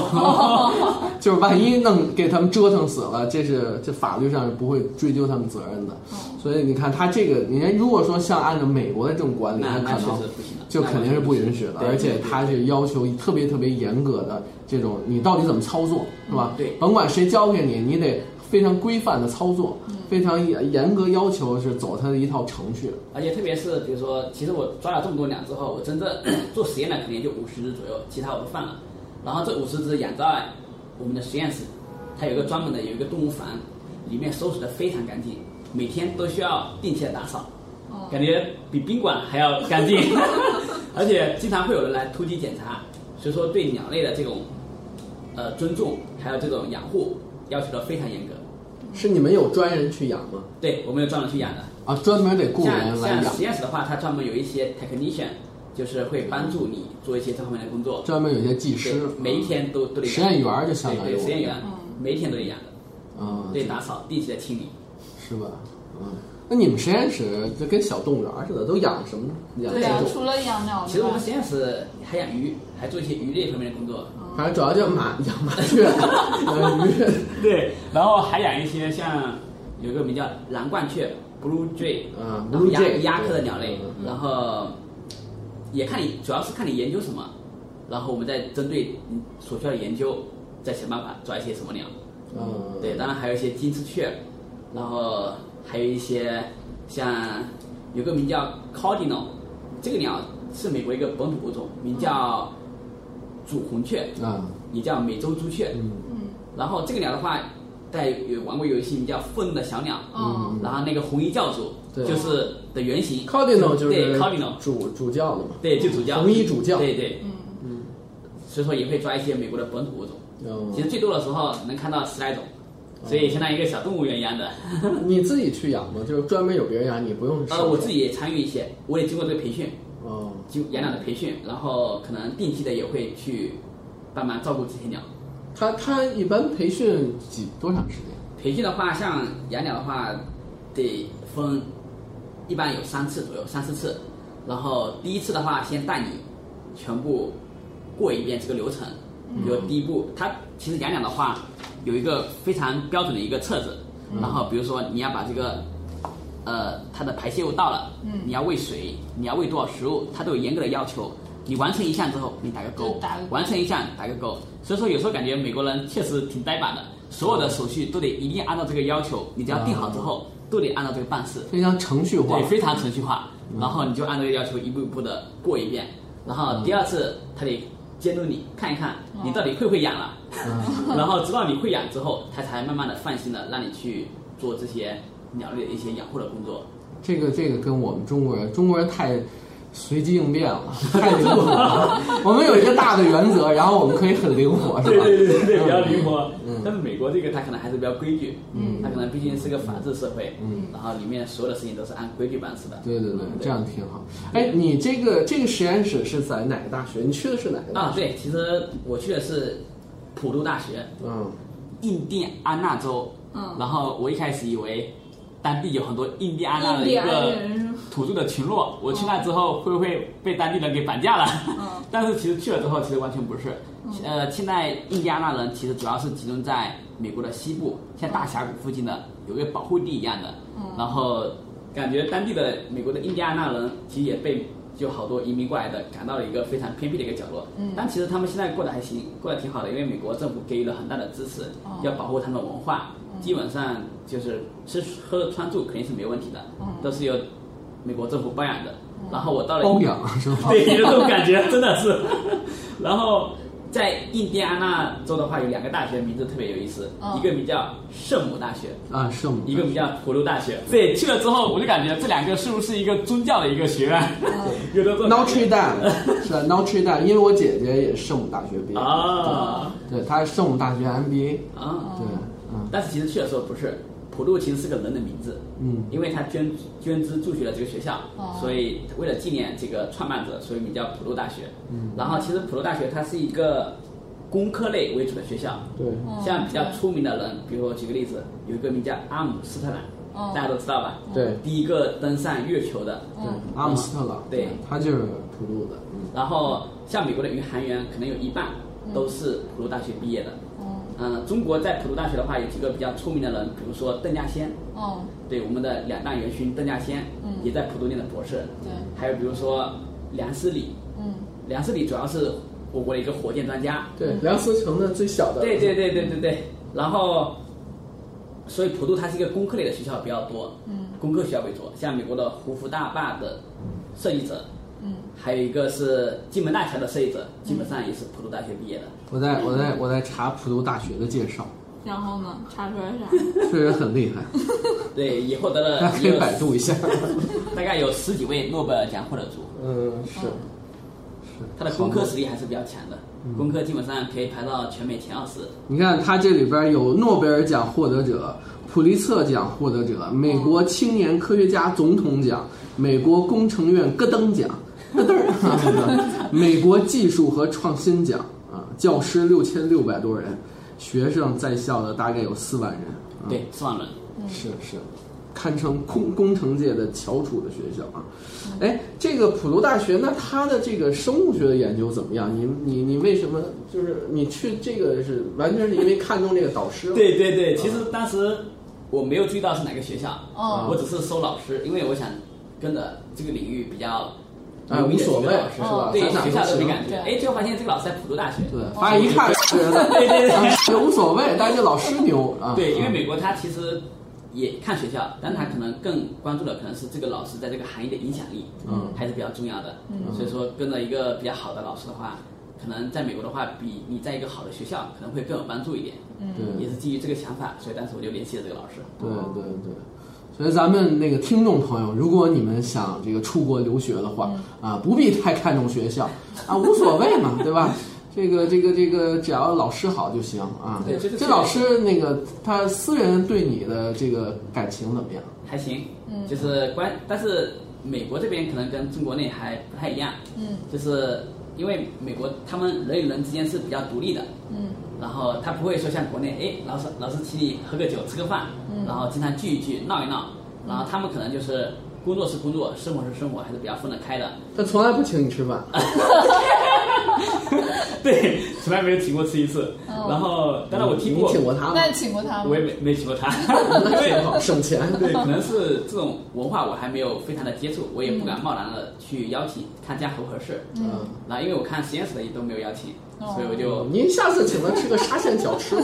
[SPEAKER 4] 就是万一弄给他们折腾死了，这是这法律上是不会追究他们责任的。所以你看他这个，你看如果说像按照美国的这种管理，
[SPEAKER 3] 那
[SPEAKER 4] 可
[SPEAKER 3] 那确
[SPEAKER 4] 能
[SPEAKER 3] 实不行了，
[SPEAKER 4] 就肯定是不允许的，
[SPEAKER 3] 对
[SPEAKER 4] 而且他是要求特别特别严格的这种，你到底怎么操作，是吧？
[SPEAKER 3] 嗯对
[SPEAKER 4] 甭管谁教给你，你得非常规范的操作，非常严严格要求是走他的一套程序。
[SPEAKER 3] 而且特别是比如说，其实我抓了这么多鸟之后，我真正 做实验的可能也就五十只左右，其他我都放了。然后这五十只养在我们的实验室，它有一个专门的有一个动物房，里面收拾的非常干净，每天都需要定期的打扫，感觉比宾馆还要干净，而且经常会有人来突击检查，所以说对鸟类的这种呃尊重还有这种养护要求的非常严格。
[SPEAKER 4] 是你们有专人去养吗？
[SPEAKER 3] 对我们有专门去养的。
[SPEAKER 4] 啊，专门得雇
[SPEAKER 3] 像
[SPEAKER 4] 人来
[SPEAKER 3] 像
[SPEAKER 4] 养
[SPEAKER 3] 实，验室的话，它专门有一些 technician，就是会帮助你做一些这方面的工作。
[SPEAKER 4] 专门有些技
[SPEAKER 3] 对
[SPEAKER 4] 师，
[SPEAKER 3] 每一天都都得养
[SPEAKER 4] 实验员儿就相当于
[SPEAKER 3] 对对
[SPEAKER 4] 我
[SPEAKER 3] 实验员，每一天都得养的，
[SPEAKER 4] 啊，
[SPEAKER 3] 对打扫，定期的清理。
[SPEAKER 4] 是吧？嗯，那你们实验室就跟小动物园儿似的，都养什么？养
[SPEAKER 2] 对
[SPEAKER 4] 这
[SPEAKER 2] 啊，
[SPEAKER 4] 种，
[SPEAKER 2] 除了养鸟
[SPEAKER 3] 其
[SPEAKER 2] 之
[SPEAKER 3] 实
[SPEAKER 2] 外
[SPEAKER 3] 我们，实验室还养鱼，还做一些鱼类方面的工作。
[SPEAKER 4] 反正主要就麻 养麻雀、 养鱼。
[SPEAKER 3] 对，然后还养一些像有一个名叫蓝冠雀 （blue jay），
[SPEAKER 4] 嗯
[SPEAKER 3] 然后
[SPEAKER 4] blue
[SPEAKER 3] 鸦
[SPEAKER 4] jay，
[SPEAKER 3] 鸦科的
[SPEAKER 4] 对
[SPEAKER 3] 鸟类
[SPEAKER 4] 嗯，嗯
[SPEAKER 3] 然后也看你，主要是看你研究什么，然后我们再针对你所需要的研究，再想办法抓一些什么鸟。
[SPEAKER 4] 嗯，
[SPEAKER 3] 对，当然还有一些金丝雀，然后还有一些像有个名叫 cardinal，这个鸟是美国一个本土物种，名叫主红雀，
[SPEAKER 4] 啊，
[SPEAKER 3] 也叫美洲朱雀。
[SPEAKER 4] 嗯
[SPEAKER 3] 然后这个鸟的话，在有玩过游戏名叫《愤怒的小鸟》，
[SPEAKER 2] 嗯，
[SPEAKER 3] 然后那个红衣教主
[SPEAKER 4] 对
[SPEAKER 3] 就是的原型
[SPEAKER 4] Cardinal 就是
[SPEAKER 3] 对 cardinal，
[SPEAKER 4] 主主教的嘛。
[SPEAKER 3] 对就主教
[SPEAKER 4] 红衣主教
[SPEAKER 3] 对对，嗯所以说也会抓一些美国的本土物种。其
[SPEAKER 4] 嗯，
[SPEAKER 3] 实最多的时候能看到十来种，所以相当于一个小动物园一样的。
[SPEAKER 4] 你自己去养吗？就是专门有别人养，你不用。
[SPEAKER 3] 呃，我自。己也参与一些，我也经过这个培训，
[SPEAKER 4] 哦，
[SPEAKER 3] 经养鸟的培训，然后可能定期的也会去帮忙照顾这些鸟。
[SPEAKER 4] 他他一般培训几多长时间？
[SPEAKER 3] 培训的话，像养鸟的话，得分，一般有三次左右，三四次。然后第一次的话，先带你全部过一遍这个流程，比如第一步，它其实养鸟的话有一个非常标准的一个册子，然后比如说你要把这个。呃，它的排泄物到了，
[SPEAKER 2] 嗯
[SPEAKER 3] 你要喂水，你要喂多少食物，它都有严格的要求。你完成一项之后，你打个勾
[SPEAKER 2] 就打个，勾
[SPEAKER 3] 完成一项打个勾。所以说，有时候感觉美国人确实挺呆板的，所有的手续都得一定按照这个要求，你只要定好之后，
[SPEAKER 2] 啊
[SPEAKER 3] 都得按照这个办事，
[SPEAKER 4] 非常程序化
[SPEAKER 3] 对，。非常程序化。
[SPEAKER 2] 嗯
[SPEAKER 3] 然后你就按这个要求一步一步的过一遍。然后第二次，他得监督你看一看
[SPEAKER 2] 嗯
[SPEAKER 3] 你到底会不会养了， 然后直到你会养之后，他才慢慢的放心的让你去做这些鸟类的一些养护的工作。
[SPEAKER 4] 这个这个跟我们中国人，中国人太随机应变了， 太灵活了。 我们有一个大的原则，然后我们可以很灵活，是
[SPEAKER 3] 对嗯
[SPEAKER 4] 吧？
[SPEAKER 3] 对对对对，比较灵活。但是美国这个它可能还是比较规矩，嗯，它可能毕竟是个法治社会，嗯，然后里面所有的事情都是按规矩办事的。
[SPEAKER 4] 对对对，这样挺好。哎，你这个这个实验室是在哪个大学？你去的是哪个大
[SPEAKER 3] 啊，
[SPEAKER 4] 学？
[SPEAKER 3] 对，其实我去的是普渡大学，
[SPEAKER 4] 嗯，
[SPEAKER 3] 印第安纳州，嗯，然后我一开始以为当地有很多印第安纳
[SPEAKER 2] 印
[SPEAKER 3] 的
[SPEAKER 2] 第
[SPEAKER 3] 一
[SPEAKER 2] 安
[SPEAKER 3] 个
[SPEAKER 2] 人
[SPEAKER 3] 土著的群落，我去那之后会不会被当地人给绑架了？ 但是其实去了之后，其实完全不是。呃，现在印第安纳人其实主要是集中在美国的西部，像大峡谷附近的有一个保护地一样的，然后感觉当地的美国的印第安纳人其实也被就好多移民过来的赶到了一个非常偏僻的一个角落。但其实他们现在过得还行，过得挺好的，因为美国政府给予了很大的支持，要保护他们的文化，基本上就是吃喝穿住肯定是没问题的，都是由美国政府包养的。然后我到了
[SPEAKER 4] 包养是 吧？
[SPEAKER 3] 对，有这种感觉，真的是。 然后在印第安纳州的话，有两个大学名字特别有意思，
[SPEAKER 2] 嗯
[SPEAKER 3] 一个名叫圣母大学，
[SPEAKER 4] 啊，圣母
[SPEAKER 3] 一个名叫普鲁大学。哦对，去了之后我就感觉这两个是不是一个宗教的一个学院？ 有的这种感
[SPEAKER 4] Notre
[SPEAKER 3] 觉
[SPEAKER 4] Dame 是 Notre Dame，因为我姐姐也是圣母大学毕业
[SPEAKER 3] 啊
[SPEAKER 4] 对，对她是圣母大学 MBA，
[SPEAKER 3] 啊，
[SPEAKER 4] 对，嗯
[SPEAKER 3] 但是其实去的时候不是。普渡其实是个人的名字，
[SPEAKER 4] 嗯
[SPEAKER 3] 因为他捐捐资助学了这个学校，
[SPEAKER 2] 哦
[SPEAKER 3] 所以为了纪念这个创办者，所以名叫普渡大学。
[SPEAKER 4] 嗯
[SPEAKER 3] 然后其实普渡大学它是一个工科类为主的学校，
[SPEAKER 4] 对，
[SPEAKER 2] 嗯
[SPEAKER 3] 像比较出名的人，比如我举个例子，有一个名叫阿姆斯特朗，
[SPEAKER 2] 嗯
[SPEAKER 3] 大家都知道吧？
[SPEAKER 4] 对
[SPEAKER 3] 第一个登上月球的。
[SPEAKER 4] 对，阿姆斯特朗，
[SPEAKER 3] 嗯对
[SPEAKER 4] 他就是普渡的，嗯，
[SPEAKER 3] 然后像美国的宇航员，可能有一半都是普渡大学毕业的。
[SPEAKER 2] 嗯
[SPEAKER 3] 嗯，中国在普渡大学的话，有几个比较出名的人，比如说邓稼先，
[SPEAKER 2] 嗯，
[SPEAKER 3] 对我们的两弹元勋邓稼先，
[SPEAKER 2] 嗯
[SPEAKER 3] 也在普渡念的博士。
[SPEAKER 2] 对，
[SPEAKER 3] 还有比如说梁思礼，
[SPEAKER 2] 嗯
[SPEAKER 3] 梁思礼主要是我国的一个火箭专家，
[SPEAKER 4] 对，梁思成的最小的，
[SPEAKER 3] 对对对对对对。然后，所以普渡它是一个工科类的学校比较多，
[SPEAKER 2] 嗯，
[SPEAKER 3] 工科学校为主，像美国的胡佛大坝的设计者，
[SPEAKER 2] 嗯，
[SPEAKER 3] 还有一个是金门大桥的设计者，基本上也是普渡大学毕业的。
[SPEAKER 4] 我在我在我在查普渡大学的介绍，
[SPEAKER 2] 然后呢，查出来啥？
[SPEAKER 4] 确实很厉害，
[SPEAKER 3] 对，也获得
[SPEAKER 4] 大
[SPEAKER 3] 了
[SPEAKER 4] 家可
[SPEAKER 3] 也有
[SPEAKER 4] 以百度一下，
[SPEAKER 3] 大概有十几位诺贝尔奖获得者，
[SPEAKER 4] 嗯，是
[SPEAKER 2] 嗯
[SPEAKER 4] 是，
[SPEAKER 3] 他的工科实力还是比较强的，
[SPEAKER 4] 嗯
[SPEAKER 3] 工科基本上可以排到全美前二十。
[SPEAKER 4] 你看，它这里边有诺贝尔奖获得者、普利策奖获得者、美国青年科学家总统奖、美国工程院咯噔奖、咯噔儿，美国技术和创新奖啊，教师六千六百多人，学生在校的大概有四万人，啊、
[SPEAKER 3] 对，四万人。
[SPEAKER 4] 是是，堪称工工程界的翘楚的学校啊。哎，这个普渡大学，那它的这个生物学的研究怎么样？你你你为什么就是你去这个是完全是因为看中这个导师？，
[SPEAKER 3] 对对
[SPEAKER 4] 嗯
[SPEAKER 3] 对，其实当时我没有注意到是哪个学校，
[SPEAKER 2] 哦
[SPEAKER 3] 我只是搜老师，因为我想跟着这个领域比较
[SPEAKER 4] 哎，无所谓
[SPEAKER 3] 老
[SPEAKER 4] 是
[SPEAKER 3] 师
[SPEAKER 4] 吧？
[SPEAKER 3] 哦对
[SPEAKER 4] 咱哪
[SPEAKER 3] 学校
[SPEAKER 4] 都
[SPEAKER 3] 都没
[SPEAKER 4] 行。
[SPEAKER 3] 感觉，哦哎，结果发现这个老师在普渡大学。
[SPEAKER 4] 对，反正一看 是，
[SPEAKER 3] 对对对
[SPEAKER 4] 对，啊无所谓，但是老师牛啊。
[SPEAKER 3] 对，因为
[SPEAKER 4] 啊
[SPEAKER 3] 美国它其实也看学校，但它可能更关注的可能是这个老师在这个行业的影响力，
[SPEAKER 4] 嗯
[SPEAKER 3] 还是比较重要的。所以说跟着一个比较好的老师的话，可能在美国的话，比你在一个好的学校可能会更有帮助一点。也
[SPEAKER 4] 对
[SPEAKER 3] 是基于这个想法，所以当时我就联系了这个老师。
[SPEAKER 4] 对对对。所以咱们那个听众朋友，如果你们想这个出国留学的
[SPEAKER 3] 嗯
[SPEAKER 4] 话，啊，不必太看重学校，啊，无所谓嘛，对 吧？这个这个这个，只要老师好就行啊。
[SPEAKER 3] 对这个
[SPEAKER 4] 这老师那个他私人对你的这个感情怎么样？
[SPEAKER 3] 还行，就是关，但是美国这边可能跟中国内还不太一样，
[SPEAKER 2] 嗯
[SPEAKER 3] 就是因为美国他们人与人之间是比较独立的，
[SPEAKER 2] 嗯
[SPEAKER 3] 然后他不会说像国内，哎，老师老师请你喝个酒吃个饭，然后经常聚一聚闹一闹，然后他们可能就是工作是工作，生活是生活，还是比较分得开的。
[SPEAKER 4] 他从来不请你吃饭，
[SPEAKER 3] 对，从来没有请过吃一次，
[SPEAKER 2] 哦
[SPEAKER 3] 然后当然我听
[SPEAKER 4] 你
[SPEAKER 3] 过，
[SPEAKER 4] 请过他吗？
[SPEAKER 2] 那请过他吗
[SPEAKER 3] 我？也没没请过他，
[SPEAKER 4] 那
[SPEAKER 3] 因为
[SPEAKER 4] 挺好，省钱。
[SPEAKER 3] 对， 可能是这种文化我还没有非常的接触，我也不敢贸然的去邀请，看这样合不合适。
[SPEAKER 4] 嗯，
[SPEAKER 3] 然后因为我看实验室的也都没有邀请，
[SPEAKER 2] 哦
[SPEAKER 3] 所以我就
[SPEAKER 4] 您下次请他吃个沙县小 吃吧。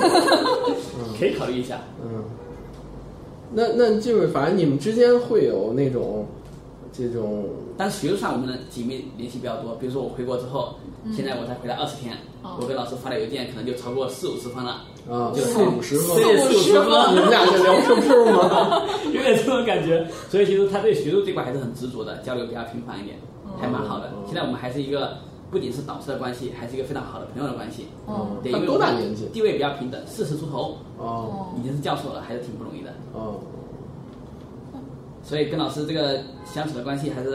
[SPEAKER 3] 可以考虑一下。
[SPEAKER 4] 嗯，那那就是反正你们之间会有那种这种
[SPEAKER 3] 但是学术上我们的紧密联系比较多，比如说我回国之后，现在我才回来二十天，
[SPEAKER 2] 哦
[SPEAKER 3] 我给老师发的邮件可能就超过四五十封了，
[SPEAKER 4] 啊
[SPEAKER 3] 就哎
[SPEAKER 4] 四五十分
[SPEAKER 3] 对，四五十
[SPEAKER 4] 你
[SPEAKER 3] 封，
[SPEAKER 4] 们俩在聊 QQ 吗？嗯
[SPEAKER 3] 有点这种感觉。所以其实他对学术这块还是很执着的，交流比较频繁一点，还蛮好的
[SPEAKER 4] 哦。
[SPEAKER 3] 现在我们还是一个不仅是导师的关系，还是一个非常好的朋友的关系。
[SPEAKER 2] 嗯
[SPEAKER 3] 对，
[SPEAKER 4] 他
[SPEAKER 3] 因为
[SPEAKER 4] 多
[SPEAKER 3] 我
[SPEAKER 4] 大
[SPEAKER 3] 们
[SPEAKER 4] 年纪
[SPEAKER 3] 地位比较平等，四十出头，
[SPEAKER 4] 哦
[SPEAKER 3] 已经是教授了，还是挺不容易的。
[SPEAKER 4] 哦，
[SPEAKER 3] 所以跟老师这个相处的关系还是，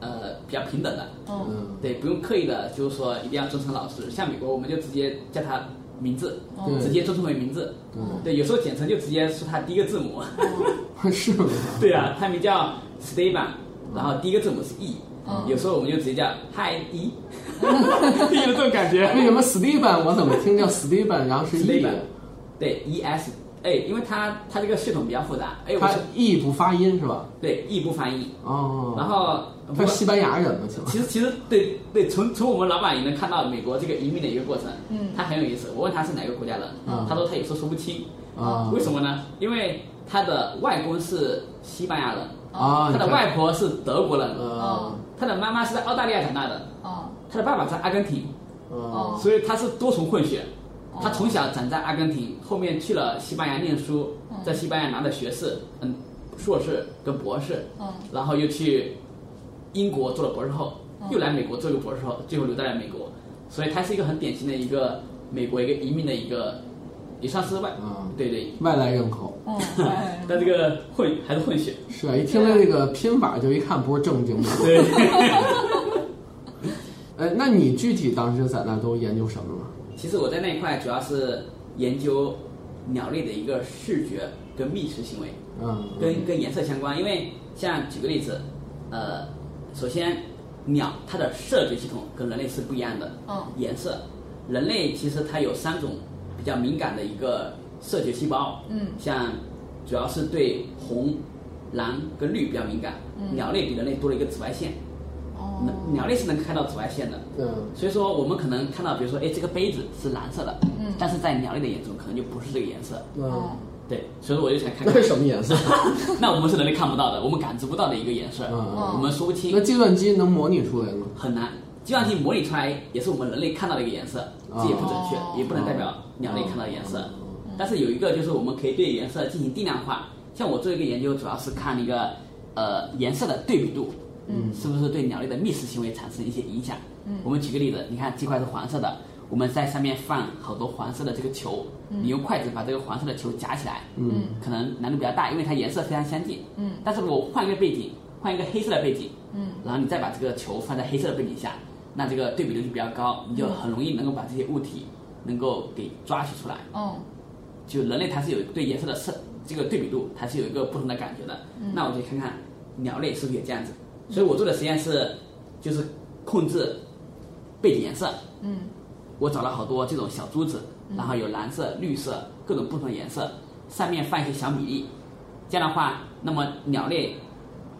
[SPEAKER 3] 呃，比较平等的。
[SPEAKER 2] 嗯
[SPEAKER 4] 嗯，
[SPEAKER 3] 对，不用刻意的，就是说一定要尊称老师。像美国，我们就直接叫他名字，
[SPEAKER 4] 对
[SPEAKER 3] 直接尊称为名字。对，有时候简称就直接说他第一个字母。
[SPEAKER 4] 哦是吗？
[SPEAKER 3] 对啊，他名叫 Steven，然后第一个字母是 E。
[SPEAKER 2] 嗯
[SPEAKER 3] 有时候我们就直接叫 Hi E，有这种感觉
[SPEAKER 4] 哎为什么 Steven 我怎么听叫 Steven，然后是 E，
[SPEAKER 3] Steven 对 E S，哎，因为它它这个系统比较复杂，哎，我
[SPEAKER 4] 他
[SPEAKER 3] 是
[SPEAKER 4] E 不发音是吧？
[SPEAKER 3] 对 E 不发音，
[SPEAKER 4] 哦，
[SPEAKER 3] 然后
[SPEAKER 4] 他是西班牙人吗？请问
[SPEAKER 3] 其实其实对对，从从我们老板也能看到美国这个移民的一个过程，
[SPEAKER 2] 嗯
[SPEAKER 3] 他很有意思。我问他是哪个国家人，
[SPEAKER 4] 嗯
[SPEAKER 3] 他说他有时候说不清，
[SPEAKER 4] 啊
[SPEAKER 3] 为什么呢？因为他的外公是西班牙人，
[SPEAKER 4] 啊，
[SPEAKER 3] 他
[SPEAKER 4] 你
[SPEAKER 3] 的
[SPEAKER 4] 看
[SPEAKER 3] 外哦婆是德国人，
[SPEAKER 4] 呃
[SPEAKER 3] 他的妈妈是在澳大利亚长大的，
[SPEAKER 2] 哦
[SPEAKER 3] 他的爸爸在阿根廷，
[SPEAKER 4] 呃
[SPEAKER 3] 所以他是多重混血。
[SPEAKER 2] 哦
[SPEAKER 3] 他从小长在阿根廷，后面去了西班牙念书，
[SPEAKER 2] 嗯
[SPEAKER 3] 在西班牙拿的学士、嗯硕士跟博士，
[SPEAKER 2] 嗯
[SPEAKER 3] 然后又去英国做了博士后，又来美国做一个博士后，最后留在了美国。所以他是一个很典型的一个美国一个移民的一个，也算是外，
[SPEAKER 4] 嗯
[SPEAKER 3] 对对，
[SPEAKER 4] 外来人口
[SPEAKER 2] 嗯，
[SPEAKER 3] 但这个混还是混血，
[SPEAKER 4] 是啊，一听他这个拼法就一看不是正经的。
[SPEAKER 3] 对。
[SPEAKER 4] 呃，那你具体当时在那都研究什么了？
[SPEAKER 3] 其实我在那一块主要是研究鸟类的一个视觉跟觅食行为，
[SPEAKER 4] 嗯
[SPEAKER 3] 跟跟颜色相关。因为像举个例子，呃，首先鸟它的视觉系统跟人类是不一样的，
[SPEAKER 2] 嗯
[SPEAKER 3] 颜色，人类其实它有三种比较敏感的一个视觉细胞，
[SPEAKER 2] 嗯
[SPEAKER 3] 像主要是对红、蓝跟绿比较敏感，鸟类比人类多了一个紫外线，
[SPEAKER 2] 嗯哦
[SPEAKER 3] 能鸟类是能看到紫外线的，
[SPEAKER 4] 嗯
[SPEAKER 3] 所以说，我们可能看到，比如说，哎，这个杯子是蓝色的，嗯，但是在鸟类的眼中，可能就不是这个颜色。
[SPEAKER 4] 嗯，
[SPEAKER 3] 对，所以说我就想看
[SPEAKER 4] 那
[SPEAKER 3] 看
[SPEAKER 4] 是，什么颜色？
[SPEAKER 3] 那我们是人类看不到的，我们感知不到的一个颜色，
[SPEAKER 4] 嗯嗯
[SPEAKER 3] 我们说不
[SPEAKER 4] 那
[SPEAKER 3] 清，
[SPEAKER 4] 计算机能模拟出来吗？
[SPEAKER 3] 很难。计算机模拟出来也是我们人类看到的一个颜色，
[SPEAKER 4] 嗯
[SPEAKER 3] 这也不准确，
[SPEAKER 2] 哦
[SPEAKER 3] 也不能代表鸟类看到的颜色。但是有一个就是我们可以对颜色进行定量化，像我做一个研究，主要是看一个呃颜色的对比度，嗯，是不是对鸟类的觅食行为产生一些影响？嗯，我们举个例子，你看这块是黄色的，我们在上面放好多黄色的这个球，
[SPEAKER 4] 嗯
[SPEAKER 3] 你用筷子把这个黄色的球夹起来，嗯，可能难度比较大，因为它颜色非常相近，嗯，但是我换一个背景，换一个黑色的背景，嗯，然后你再把这个球放在黑色的背景下，那这个对比度就比较高，你就很容易能够把这些物体能够给抓取出来，
[SPEAKER 2] 嗯
[SPEAKER 3] 就人类它是有对颜色的色这个对比度，它是有一个不同的感觉的。那我就看看鸟类是不是也这样子。所以我做的实验是，就是控制背景颜色。
[SPEAKER 2] 嗯，
[SPEAKER 3] 我找了好多这种小珠子，然后有蓝色、绿色各种不同的颜色，上面放一些小米粒。这样的话，那么鸟类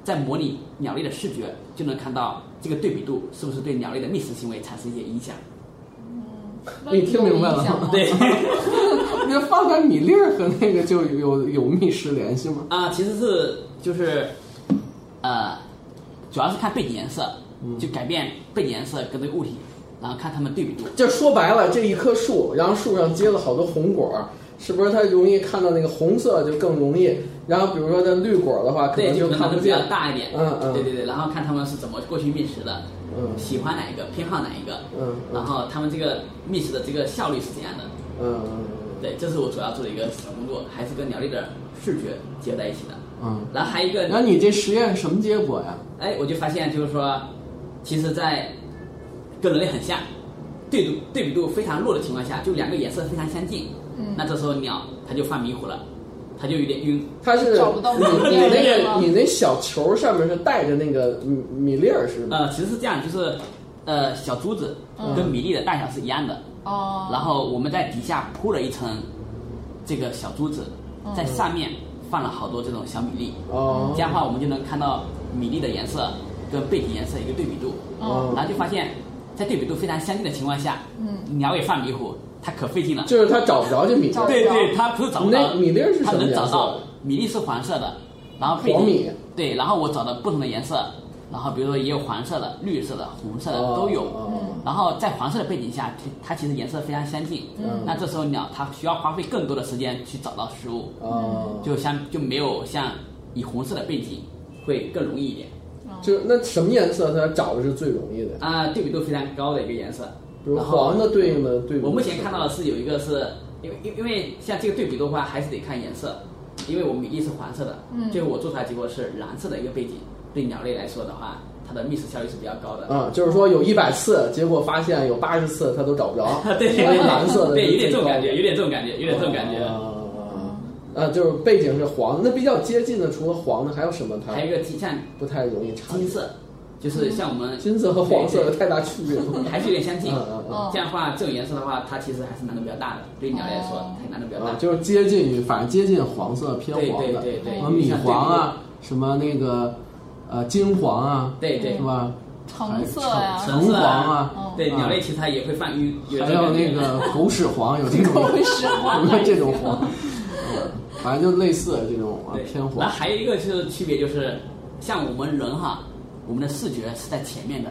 [SPEAKER 3] 在模拟鸟类的视觉，就能看到这个对比度是不是对鸟类的觅食行为产生一些影响。
[SPEAKER 4] 你听明白了吗
[SPEAKER 3] 对。
[SPEAKER 2] 嗯
[SPEAKER 4] 那放在米粒儿和那个就有有密室联系吗？
[SPEAKER 3] 啊、其实是就是，呃，主要是看背景颜色，
[SPEAKER 4] 嗯
[SPEAKER 3] 就改变背景颜色跟这个物体，然后看它们对比度。
[SPEAKER 4] 就说白了，这一棵树，然后树上结了好多红果儿，是不是它容易看到那个红色就更容易？然后比如说这绿果儿的话，可
[SPEAKER 3] 对，
[SPEAKER 4] 能
[SPEAKER 3] 就可
[SPEAKER 4] 看
[SPEAKER 3] 能
[SPEAKER 4] 不
[SPEAKER 3] 比
[SPEAKER 4] 见
[SPEAKER 3] 较。大一点。
[SPEAKER 4] 嗯嗯
[SPEAKER 3] 对对对，然后看他们是怎么过去觅食的，
[SPEAKER 4] 嗯
[SPEAKER 3] 喜欢哪一个，偏好哪一个，
[SPEAKER 4] 嗯嗯
[SPEAKER 2] 啊
[SPEAKER 3] 然后他们这个觅食的这个效率是怎样的？
[SPEAKER 4] 嗯
[SPEAKER 3] 对，这是我主要做的一个工作，还是跟鸟类的视觉结合在一起的。
[SPEAKER 4] 嗯。
[SPEAKER 3] 然后还有一个，
[SPEAKER 4] 那你这实验什么结果呀？
[SPEAKER 3] 哎，我就发现就是说，其实，在跟人类很像，对比对比度非常弱的情况下，就两个颜色非常相近，嗯，那这时候鸟它就犯迷糊了，它就有点晕，
[SPEAKER 4] 它是
[SPEAKER 2] 找不到
[SPEAKER 4] 你
[SPEAKER 2] 米粒
[SPEAKER 4] 你
[SPEAKER 2] 儿
[SPEAKER 4] 那
[SPEAKER 2] 吗
[SPEAKER 4] 个你那小球上面是带着那个米米粒儿是吗？
[SPEAKER 3] 呃，其实是这样，就是呃小珠子跟米粒的大小是一样的，
[SPEAKER 2] 哦，
[SPEAKER 3] 然后我们在底下铺了一层这个小珠子，在上面放了好多这种小米粒，
[SPEAKER 2] 嗯
[SPEAKER 4] 哦
[SPEAKER 3] 这样的话我们就能看到米粒的颜色跟背景颜色一个对比度，
[SPEAKER 4] 哦，
[SPEAKER 3] 然后就发现，在对比度非常相近的情况下，嗯，鸟也犯迷糊，它可费劲了。
[SPEAKER 4] 就是它找不着这米粒
[SPEAKER 2] 找
[SPEAKER 4] 儿。
[SPEAKER 3] 对对，它不是找不
[SPEAKER 4] 那
[SPEAKER 3] 到，
[SPEAKER 4] 米粒儿是
[SPEAKER 3] 它
[SPEAKER 4] 什么
[SPEAKER 3] 能
[SPEAKER 4] 颜
[SPEAKER 3] 找
[SPEAKER 4] 色
[SPEAKER 3] 到，米粒是黄色的，然后背景
[SPEAKER 4] 黄米
[SPEAKER 3] 对，然后我找的不同的颜色，然后比如说也有黄色的、绿色的、红色的
[SPEAKER 4] 哦
[SPEAKER 3] 都有嗯
[SPEAKER 4] 哦哦。
[SPEAKER 3] 然后在黄色的背景下，它它其实颜色非常相近。
[SPEAKER 4] 嗯
[SPEAKER 3] 那这时候鸟它需要花费更多的时间去找到食物，
[SPEAKER 4] 哦，
[SPEAKER 3] 就像就没有像以红色的背景会更容易一点
[SPEAKER 4] 就是那什么颜色它找的是最容易的？
[SPEAKER 3] 啊，对比度非常高的一个颜色。
[SPEAKER 4] 比如
[SPEAKER 3] 然后
[SPEAKER 4] 黄的对应的对比是什么。
[SPEAKER 3] 我目前看到的是有一个是，因为因因为像这个对比的话，还是得看颜色，因为我米粒是黄色的，嗯，最后我做出来结果是蓝色的一个背景，对鸟类来说的话，它的觅食效率是比较高的。，
[SPEAKER 4] 啊，就是说有一百次，结果发现有八十次它都找不着
[SPEAKER 3] 对，
[SPEAKER 4] 因为蓝色的
[SPEAKER 3] 对，有
[SPEAKER 4] 是
[SPEAKER 3] 点
[SPEAKER 4] 最
[SPEAKER 3] 这种
[SPEAKER 4] 高的
[SPEAKER 3] 感觉，有点这种感觉，有点这种感觉。
[SPEAKER 4] 啊啊，就是背景是黄，那比较接近的，除了黄的还有什么？它
[SPEAKER 3] 还有一个金像
[SPEAKER 4] 不太容易查。
[SPEAKER 3] 金色，就是像我们
[SPEAKER 4] 啊金色和黄色有
[SPEAKER 3] 对
[SPEAKER 4] 太大区别
[SPEAKER 3] 对
[SPEAKER 4] 了。
[SPEAKER 3] 还是有点相近。
[SPEAKER 4] 嗯嗯
[SPEAKER 2] 嗯
[SPEAKER 3] 这样的话，这种颜色的话，它其实还是难度比较大的，对鸟类来说
[SPEAKER 2] 哦，
[SPEAKER 3] 它难度比较
[SPEAKER 4] 啊
[SPEAKER 3] 大，。
[SPEAKER 4] 就是接近于，反正接近黄色偏
[SPEAKER 3] 对
[SPEAKER 4] 黄
[SPEAKER 3] 对
[SPEAKER 4] 的，
[SPEAKER 3] 对对，
[SPEAKER 4] 什
[SPEAKER 3] 有
[SPEAKER 4] 么
[SPEAKER 3] 点
[SPEAKER 4] 米
[SPEAKER 3] 像对比
[SPEAKER 4] 黄啊，什么那个呃金黄啊，
[SPEAKER 3] 对对
[SPEAKER 4] 是吧？
[SPEAKER 2] 橙色呀，
[SPEAKER 3] 橙
[SPEAKER 4] 橙黄啊，
[SPEAKER 2] 嗯
[SPEAKER 3] 对，
[SPEAKER 4] 啊
[SPEAKER 3] 鸟类其实它也会犯晕，
[SPEAKER 4] 还有那个狗屎黄，有这种狗屎黄， 有这种黄，嗯反正就类似的这种啊
[SPEAKER 3] 对
[SPEAKER 4] 偏
[SPEAKER 3] 然
[SPEAKER 4] 黄
[SPEAKER 3] 后还有一个就是区别就是，像我们人哈，我们的视觉是在前面的。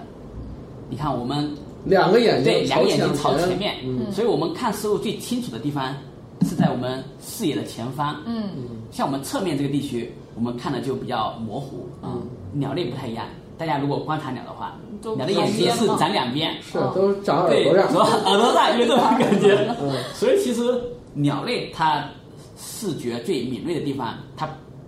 [SPEAKER 3] 你看我们
[SPEAKER 4] 两个眼睛
[SPEAKER 3] 对两个眼睛
[SPEAKER 4] 朝
[SPEAKER 3] 朝
[SPEAKER 4] 前
[SPEAKER 3] 前面，
[SPEAKER 4] 嗯
[SPEAKER 3] 所以我们看事物最清楚的地方是在我们视野的前方。
[SPEAKER 2] 嗯
[SPEAKER 3] 像我们侧面这个地区，我们看的就比较模糊
[SPEAKER 4] 嗯
[SPEAKER 3] 啊、鸟类不太一样，大家如果观察鸟的话，
[SPEAKER 2] 都
[SPEAKER 3] 鸟的眼睛是长两边，
[SPEAKER 4] 是都长耳
[SPEAKER 3] 对，
[SPEAKER 4] 朵
[SPEAKER 3] 主要
[SPEAKER 4] 上，嗯
[SPEAKER 3] 耳朵上有这种感觉。所以其实鸟类它视觉最敏锐的地方，它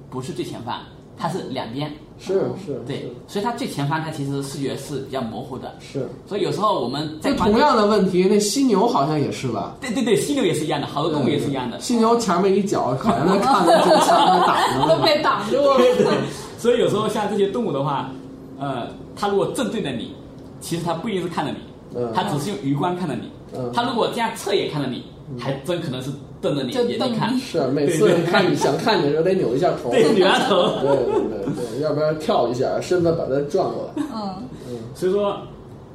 [SPEAKER 3] 不是最前方，它是两边。
[SPEAKER 4] 是是
[SPEAKER 3] 对，所以它最前方它其实视觉是比较模糊的。
[SPEAKER 4] 是。
[SPEAKER 3] 所以有时候我们在
[SPEAKER 4] 那
[SPEAKER 3] 观
[SPEAKER 4] 同样的问题，那犀牛好像也是吧？
[SPEAKER 3] 对对对，犀牛也是一样的，好多动物也是一样的。
[SPEAKER 4] 犀牛前面一脚，好像在看着这个前面挡着
[SPEAKER 2] 都
[SPEAKER 4] 呢。
[SPEAKER 2] 被挡住了。
[SPEAKER 4] 嗯
[SPEAKER 3] 所以有时候像这些动物的话，呃，它如果正对着你，其实它不一定是看着你
[SPEAKER 4] 嗯，
[SPEAKER 3] 它只是用余光看着你
[SPEAKER 4] 嗯。
[SPEAKER 3] 它如果这样侧眼看着你，还真可能是瞪着你
[SPEAKER 2] 就
[SPEAKER 3] 眼
[SPEAKER 2] 瞪
[SPEAKER 3] 睛看
[SPEAKER 2] 你。
[SPEAKER 4] 是每次看你想看你的时候得扭一下头，
[SPEAKER 3] 对，
[SPEAKER 4] 对
[SPEAKER 3] 女儿头。
[SPEAKER 4] 对对对，要不然跳一下，身子把它转过来。
[SPEAKER 2] 嗯
[SPEAKER 3] 所以说，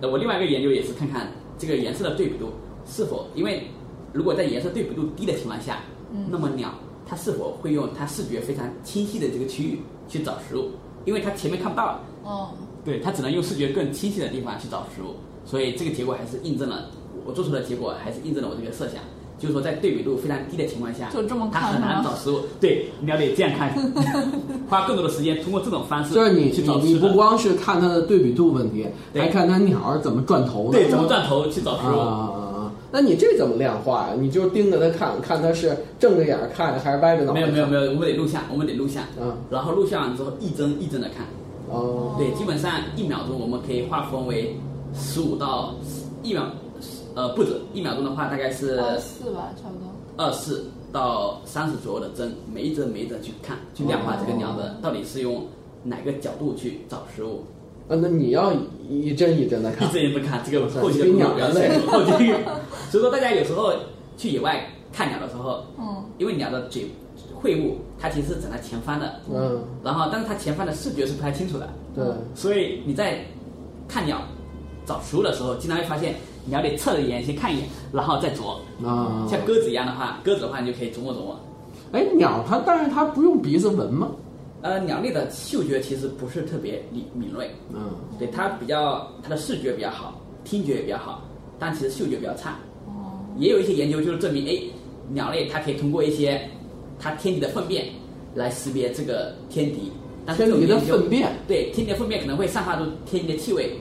[SPEAKER 3] 呃我另外一个研究也是看看这个颜色的对比度是否，因为如果在颜色对比度低的情况下，
[SPEAKER 2] 嗯
[SPEAKER 3] 那么鸟它是否会用它视觉非常清晰的这个区域去找食物，因为它前面看不到了，
[SPEAKER 2] 嗯，
[SPEAKER 3] 对，它只能用视觉更清晰的地方去找食物，所以这个结果还是印证了我做出的结果，还是印证了我这个设想。就是说，在对比度非常低的情况下，
[SPEAKER 2] 就这么看
[SPEAKER 3] 它很难
[SPEAKER 2] 吗
[SPEAKER 3] 找食物。对，你要得这样 看，花更多的时间通过这种方式
[SPEAKER 4] 就是你
[SPEAKER 3] 去
[SPEAKER 4] 你
[SPEAKER 3] 找
[SPEAKER 4] 你
[SPEAKER 3] 吃的
[SPEAKER 4] 不光是看它的对比度问题，
[SPEAKER 3] 对
[SPEAKER 4] 还看它鸟儿怎么转头的。
[SPEAKER 3] 对怎么转头去找
[SPEAKER 4] 啊
[SPEAKER 3] 食物。
[SPEAKER 4] 啊啊！那你这怎么量化呀？你就盯着它看，看它是正着眼儿看还是歪着脑
[SPEAKER 3] 没
[SPEAKER 4] 袋
[SPEAKER 3] 有
[SPEAKER 4] 看？
[SPEAKER 3] 没有没有，我们得录像，我们得录像，
[SPEAKER 4] 嗯
[SPEAKER 3] 然后录像完之后一帧一帧的看，
[SPEAKER 4] 哦，
[SPEAKER 3] 对，基本上一秒钟我们可以划分为十五到一秒，呃不止，一秒钟的话大概是
[SPEAKER 2] 二四吧，差不多。
[SPEAKER 3] 二四到三十左右的帧，每一帧每一帧去看，去量化这个鸟的到底是用哪个角度去找食物，
[SPEAKER 4] 啊，那你要一帧一帧的
[SPEAKER 3] 一
[SPEAKER 4] 看，
[SPEAKER 3] 帧也不看，这个
[SPEAKER 4] 是
[SPEAKER 3] 后期的
[SPEAKER 4] 比
[SPEAKER 3] 工
[SPEAKER 4] 鸟
[SPEAKER 3] 作比较
[SPEAKER 4] 还累
[SPEAKER 3] 辛苦后期，所以说大家有时候去野外看鸟的时候，
[SPEAKER 2] 嗯
[SPEAKER 3] 因为鸟的嘴喙部它其实是长在前方的，
[SPEAKER 4] 嗯，
[SPEAKER 3] 然后，但是它前方的视觉是不太清楚的，
[SPEAKER 4] 对，
[SPEAKER 3] 所以你在看鸟找食物的时候，经常会发现你要得侧着眼先看一眼，然后再啄。
[SPEAKER 4] 啊，
[SPEAKER 3] 像鸽子一样的话，鸽子的话你就可以琢磨琢磨。
[SPEAKER 4] 哎，鸟它，但是它不用鼻子闻吗？
[SPEAKER 3] 呃，鸟类的嗅觉其实不是特别敏敏锐，
[SPEAKER 4] 嗯，
[SPEAKER 3] 对它比较它的视觉比较好，听觉也比较好，但其实嗅觉比较差。
[SPEAKER 2] 哦
[SPEAKER 3] 也有一些研究就是证明，哎，鸟类它可以通过一些它天敌的粪便来识别这个天敌。但是
[SPEAKER 4] 天敌的
[SPEAKER 3] 这种研究
[SPEAKER 4] 粪便
[SPEAKER 3] 对，天敌的粪便可能会散发出天敌的气味，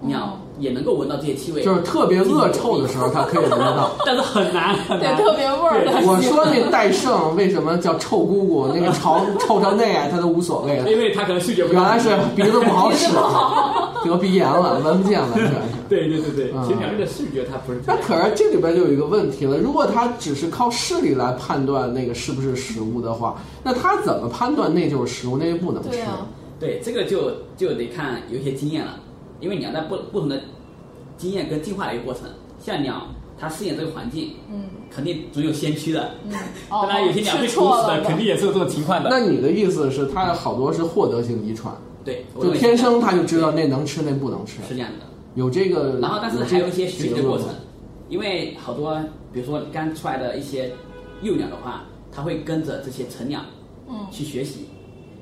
[SPEAKER 3] 鸟
[SPEAKER 2] 哦
[SPEAKER 3] 也能够闻到这些气味，
[SPEAKER 4] 嗯就是特别恶臭的时候，它可以闻 得到。
[SPEAKER 3] 但是很难很
[SPEAKER 2] 对
[SPEAKER 3] 难，，
[SPEAKER 2] 特别味儿的。
[SPEAKER 4] 我说那戴胜为什么叫臭姑姑？那个潮臭成那样，他都无所谓了。
[SPEAKER 3] 因为它可能嗅觉不
[SPEAKER 4] 原
[SPEAKER 3] 到
[SPEAKER 4] 来是鼻子不好使，得鼻炎了，闻不见了。是吧
[SPEAKER 3] 对对对对，
[SPEAKER 4] 嗯
[SPEAKER 3] 其实鸟类的视觉它不是特
[SPEAKER 4] 那
[SPEAKER 3] 别
[SPEAKER 4] 可是这里边就有一个问题了，如果他只是靠视力来判断那个是不是食物的话，那他怎么判断那就是食物，那就不能吃
[SPEAKER 2] 对？啊，
[SPEAKER 3] 对这个就就得看有一些经验了，因为鸟在不不同的经验跟进化的一个过程，像鸟它适应这个环境，
[SPEAKER 2] 嗯，
[SPEAKER 3] 肯定总有先驱的，
[SPEAKER 2] 嗯哦
[SPEAKER 3] 当然有些鸟被
[SPEAKER 2] 吃
[SPEAKER 3] 毒
[SPEAKER 2] 错
[SPEAKER 3] 死
[SPEAKER 2] 了
[SPEAKER 3] 的，肯定也是有这种情况的。
[SPEAKER 4] 那你的意思是，它好多是获得性遗传，
[SPEAKER 3] 对，我
[SPEAKER 4] 就
[SPEAKER 3] 认为
[SPEAKER 4] 天
[SPEAKER 3] 是这样
[SPEAKER 4] 生他就知道那能吃，那不能吃，
[SPEAKER 3] 是这样的。
[SPEAKER 4] 有这个。
[SPEAKER 3] 然后，但是还有一些学习的
[SPEAKER 4] 有这个
[SPEAKER 3] 过程，因为好多，比如说刚出来的一些幼鸟的话，它会跟着这些成鸟，
[SPEAKER 2] 嗯
[SPEAKER 3] 去学习。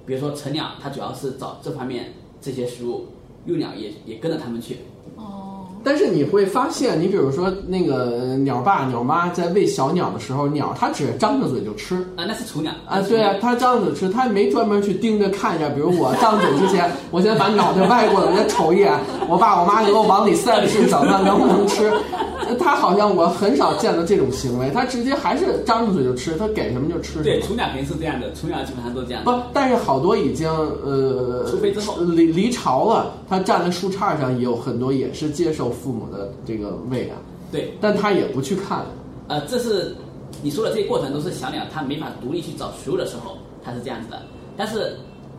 [SPEAKER 3] 比如说成鸟，它主要是找这方面这些食物，幼鸟也也跟着它们去。
[SPEAKER 2] 哦，
[SPEAKER 4] 但是你会发现，你比如说那个呃鸟爸鸟妈在喂小鸟的时候，鸟它只是张着嘴就吃
[SPEAKER 3] 啊、那是雏鸟
[SPEAKER 4] 啊，对啊，，它张着嘴吃，它没专门去盯着看一下。比如我张嘴之前，我先把脑袋歪过来，我先瞅一眼，我爸我妈给我往里塞的是什么，能不能吃？ 它好像我很少见到这种行为，它直接还是张着嘴就吃，它给什么就吃什
[SPEAKER 3] 对，
[SPEAKER 4] 么。
[SPEAKER 3] 雏鸟肯定是这样的，雏鸟基本上都这样
[SPEAKER 4] 不
[SPEAKER 3] 的。，
[SPEAKER 4] 但是好多已经呃，
[SPEAKER 3] 除非之后
[SPEAKER 4] 离离巢了，它站在树杈上，也有很多也是接受父母的这个喂养。
[SPEAKER 3] 对，
[SPEAKER 4] 但他也不去看。
[SPEAKER 3] 呃，这是你说的这些过程都是小鸟它没法独立去找食物的时候，它是这样子的。但是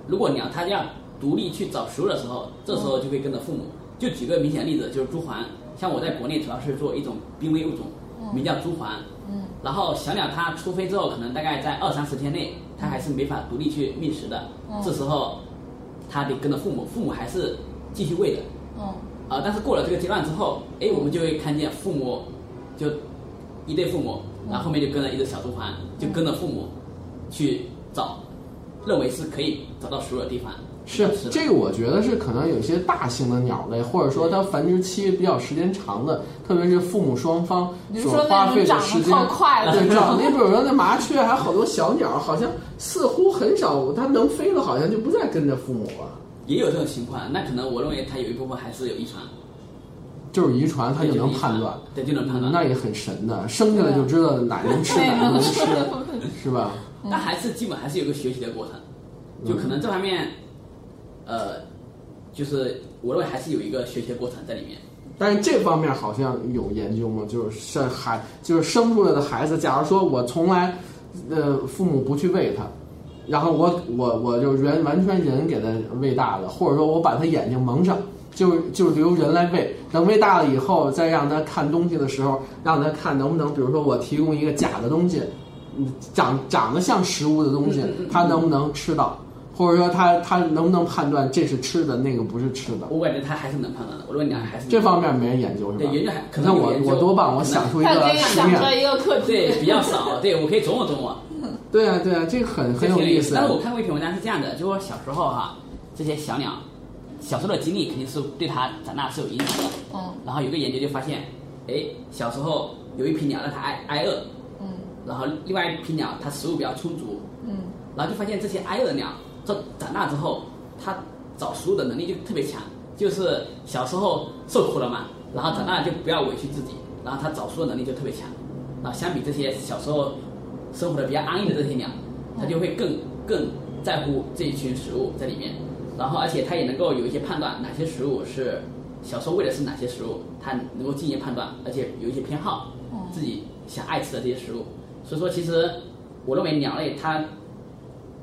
[SPEAKER 3] 如果鸟它要独立去找食物的时候，这时候就会跟着父母。就举个明显的例子，就是朱鹮，像我在国内主要是做一种濒危物种，名叫朱鹮。
[SPEAKER 2] 嗯。
[SPEAKER 3] 然后小鸟它出飞之后，可能大概在二三十天内，它还是没法独立去觅食的。
[SPEAKER 2] 嗯
[SPEAKER 3] 这时候，它得跟着父母，父母还是继续喂的。
[SPEAKER 2] 嗯
[SPEAKER 3] 啊，但是过了这个阶段之后，哎，我们就会看见父母，就一对父母，然后后面就跟了一只小猪环，就跟着父母去找，认为是可以找到食物的地方。
[SPEAKER 4] 是
[SPEAKER 3] 是的
[SPEAKER 4] 这个，我觉得是可能有些大型的鸟类，或者说它繁殖期比较时间长的，特别是父母双方
[SPEAKER 2] 你是
[SPEAKER 4] 所
[SPEAKER 2] 说
[SPEAKER 4] 花
[SPEAKER 2] 那
[SPEAKER 4] 费
[SPEAKER 2] 种长
[SPEAKER 4] 的时
[SPEAKER 2] 得
[SPEAKER 4] 间，
[SPEAKER 2] 特快的
[SPEAKER 4] 对，
[SPEAKER 2] 那
[SPEAKER 4] 长
[SPEAKER 2] 种？
[SPEAKER 4] 得比如说那麻雀，还有好多小鸟，好像似乎很少，它能飞了，好像就不再跟着父母了，
[SPEAKER 3] 也有这种情况。那可能我认为它有一部分还是有遗传，
[SPEAKER 4] 就是遗传，它
[SPEAKER 3] 对
[SPEAKER 4] 就
[SPEAKER 3] 就是
[SPEAKER 4] 能
[SPEAKER 3] 遗传
[SPEAKER 4] 判断，嗯
[SPEAKER 3] 对，就能判断。
[SPEAKER 4] 那也很神的，生下来就知道哪能吃，
[SPEAKER 2] 对
[SPEAKER 4] 哪 能
[SPEAKER 2] 能
[SPEAKER 4] 吃，是吧？
[SPEAKER 3] 但还是基本还是有个学习的过程，
[SPEAKER 4] 嗯
[SPEAKER 3] 就可能这方面，呃，就是我认为还是有一个学习的过程在里面。
[SPEAKER 4] 但是这方面好像有研究吗？就是像孩，就是生出来的孩子，假如说我从来，呃，父母不去喂他，然后我我我就人完全人给他喂大了，或者说我把他眼睛蒙上，就就由人来喂，等喂大了以后，再让他看东西的时候，让他看能不能，比如说我提供一个假的东西，嗯，长长得像食物的东西，他能不能吃到？或者说他他能不能判断这是吃的，那个不是吃的？
[SPEAKER 3] 我感觉他还是能判断的，我认为你还是
[SPEAKER 4] 这方面没人研究是吧？
[SPEAKER 3] 对研究还可
[SPEAKER 4] 那
[SPEAKER 3] 能
[SPEAKER 4] 我
[SPEAKER 3] 有研究
[SPEAKER 4] 我多半我
[SPEAKER 3] 可能
[SPEAKER 4] 想出一
[SPEAKER 2] 他可
[SPEAKER 4] 个
[SPEAKER 2] 以
[SPEAKER 4] 实
[SPEAKER 2] 想出
[SPEAKER 4] 验。
[SPEAKER 2] 一个课题。
[SPEAKER 3] 对比较少，对我可以琢磨琢磨，
[SPEAKER 4] 对啊对啊，这个很很有
[SPEAKER 3] 这挺
[SPEAKER 4] 意思啊
[SPEAKER 3] 但。是我看过一篇文章是这样的，就说小时候哈、这些小鸟，小时候的经历肯定是对它长大是有影响的。
[SPEAKER 2] 嗯
[SPEAKER 3] 然后有个研究就发现，哎，小时候有一批鸟让它挨挨饿，
[SPEAKER 2] 嗯
[SPEAKER 3] 然后另外一批鸟它食物比较充足，
[SPEAKER 2] 嗯
[SPEAKER 3] 然后就发现这些挨饿的鸟，这长大之后，它找食物的能力就特别强，就是小时候受苦了嘛，然后长大了就不要委屈自己，然后它找食物的能力就特别强。然后相比这些小时候生活的比较安逸的这些鸟，它就会更更在乎这一群食物在里面，然后而且它也能够有一些判断哪些食物是小时候喂的是哪些食物，它能够进行判断，而且有一些偏好
[SPEAKER 2] 哦，
[SPEAKER 3] 自己想爱吃的这些食物。所以说，其实我认为鸟类它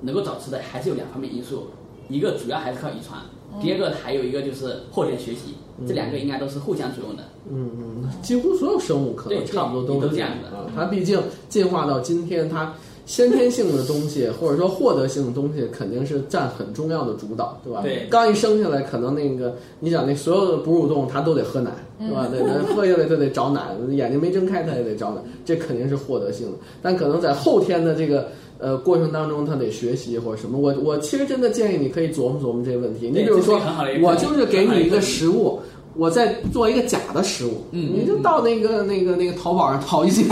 [SPEAKER 3] 能够找吃的还是有两方面因素，一个主要还是靠遗传，
[SPEAKER 4] 哦
[SPEAKER 3] 第二个还有一个就是后天学习，这两个应该都是互相作用的。
[SPEAKER 4] 嗯嗯，几乎所有生物可能
[SPEAKER 3] 对
[SPEAKER 4] 差不多
[SPEAKER 3] 对
[SPEAKER 4] 都
[SPEAKER 3] 都
[SPEAKER 4] 是
[SPEAKER 3] 这样的
[SPEAKER 4] 啊。它毕竟进化到今天，它先天性的东西或者说获得性的东西，肯定是占很重要的主导，对吧？
[SPEAKER 3] 对
[SPEAKER 4] 刚一生下来，可能那个你想那所有的哺乳动物它都得喝奶，对吧？对，那喝下来它得找奶，眼睛没睁开它也得找奶，这肯定是获得性的。但可能在后天的这个。呃，过程当中他得学习或者什么，我我其实真的建议你可以琢磨琢磨这个问题。你
[SPEAKER 3] 对
[SPEAKER 4] 比如
[SPEAKER 3] 这是
[SPEAKER 4] 说
[SPEAKER 3] 一个很好的一，个
[SPEAKER 4] 我就是给你一
[SPEAKER 3] 很好的一
[SPEAKER 4] 个
[SPEAKER 3] 个
[SPEAKER 4] 食物，我再做一个假的食物，
[SPEAKER 3] 嗯
[SPEAKER 4] 你就到那个那个那个淘宝上淘 一些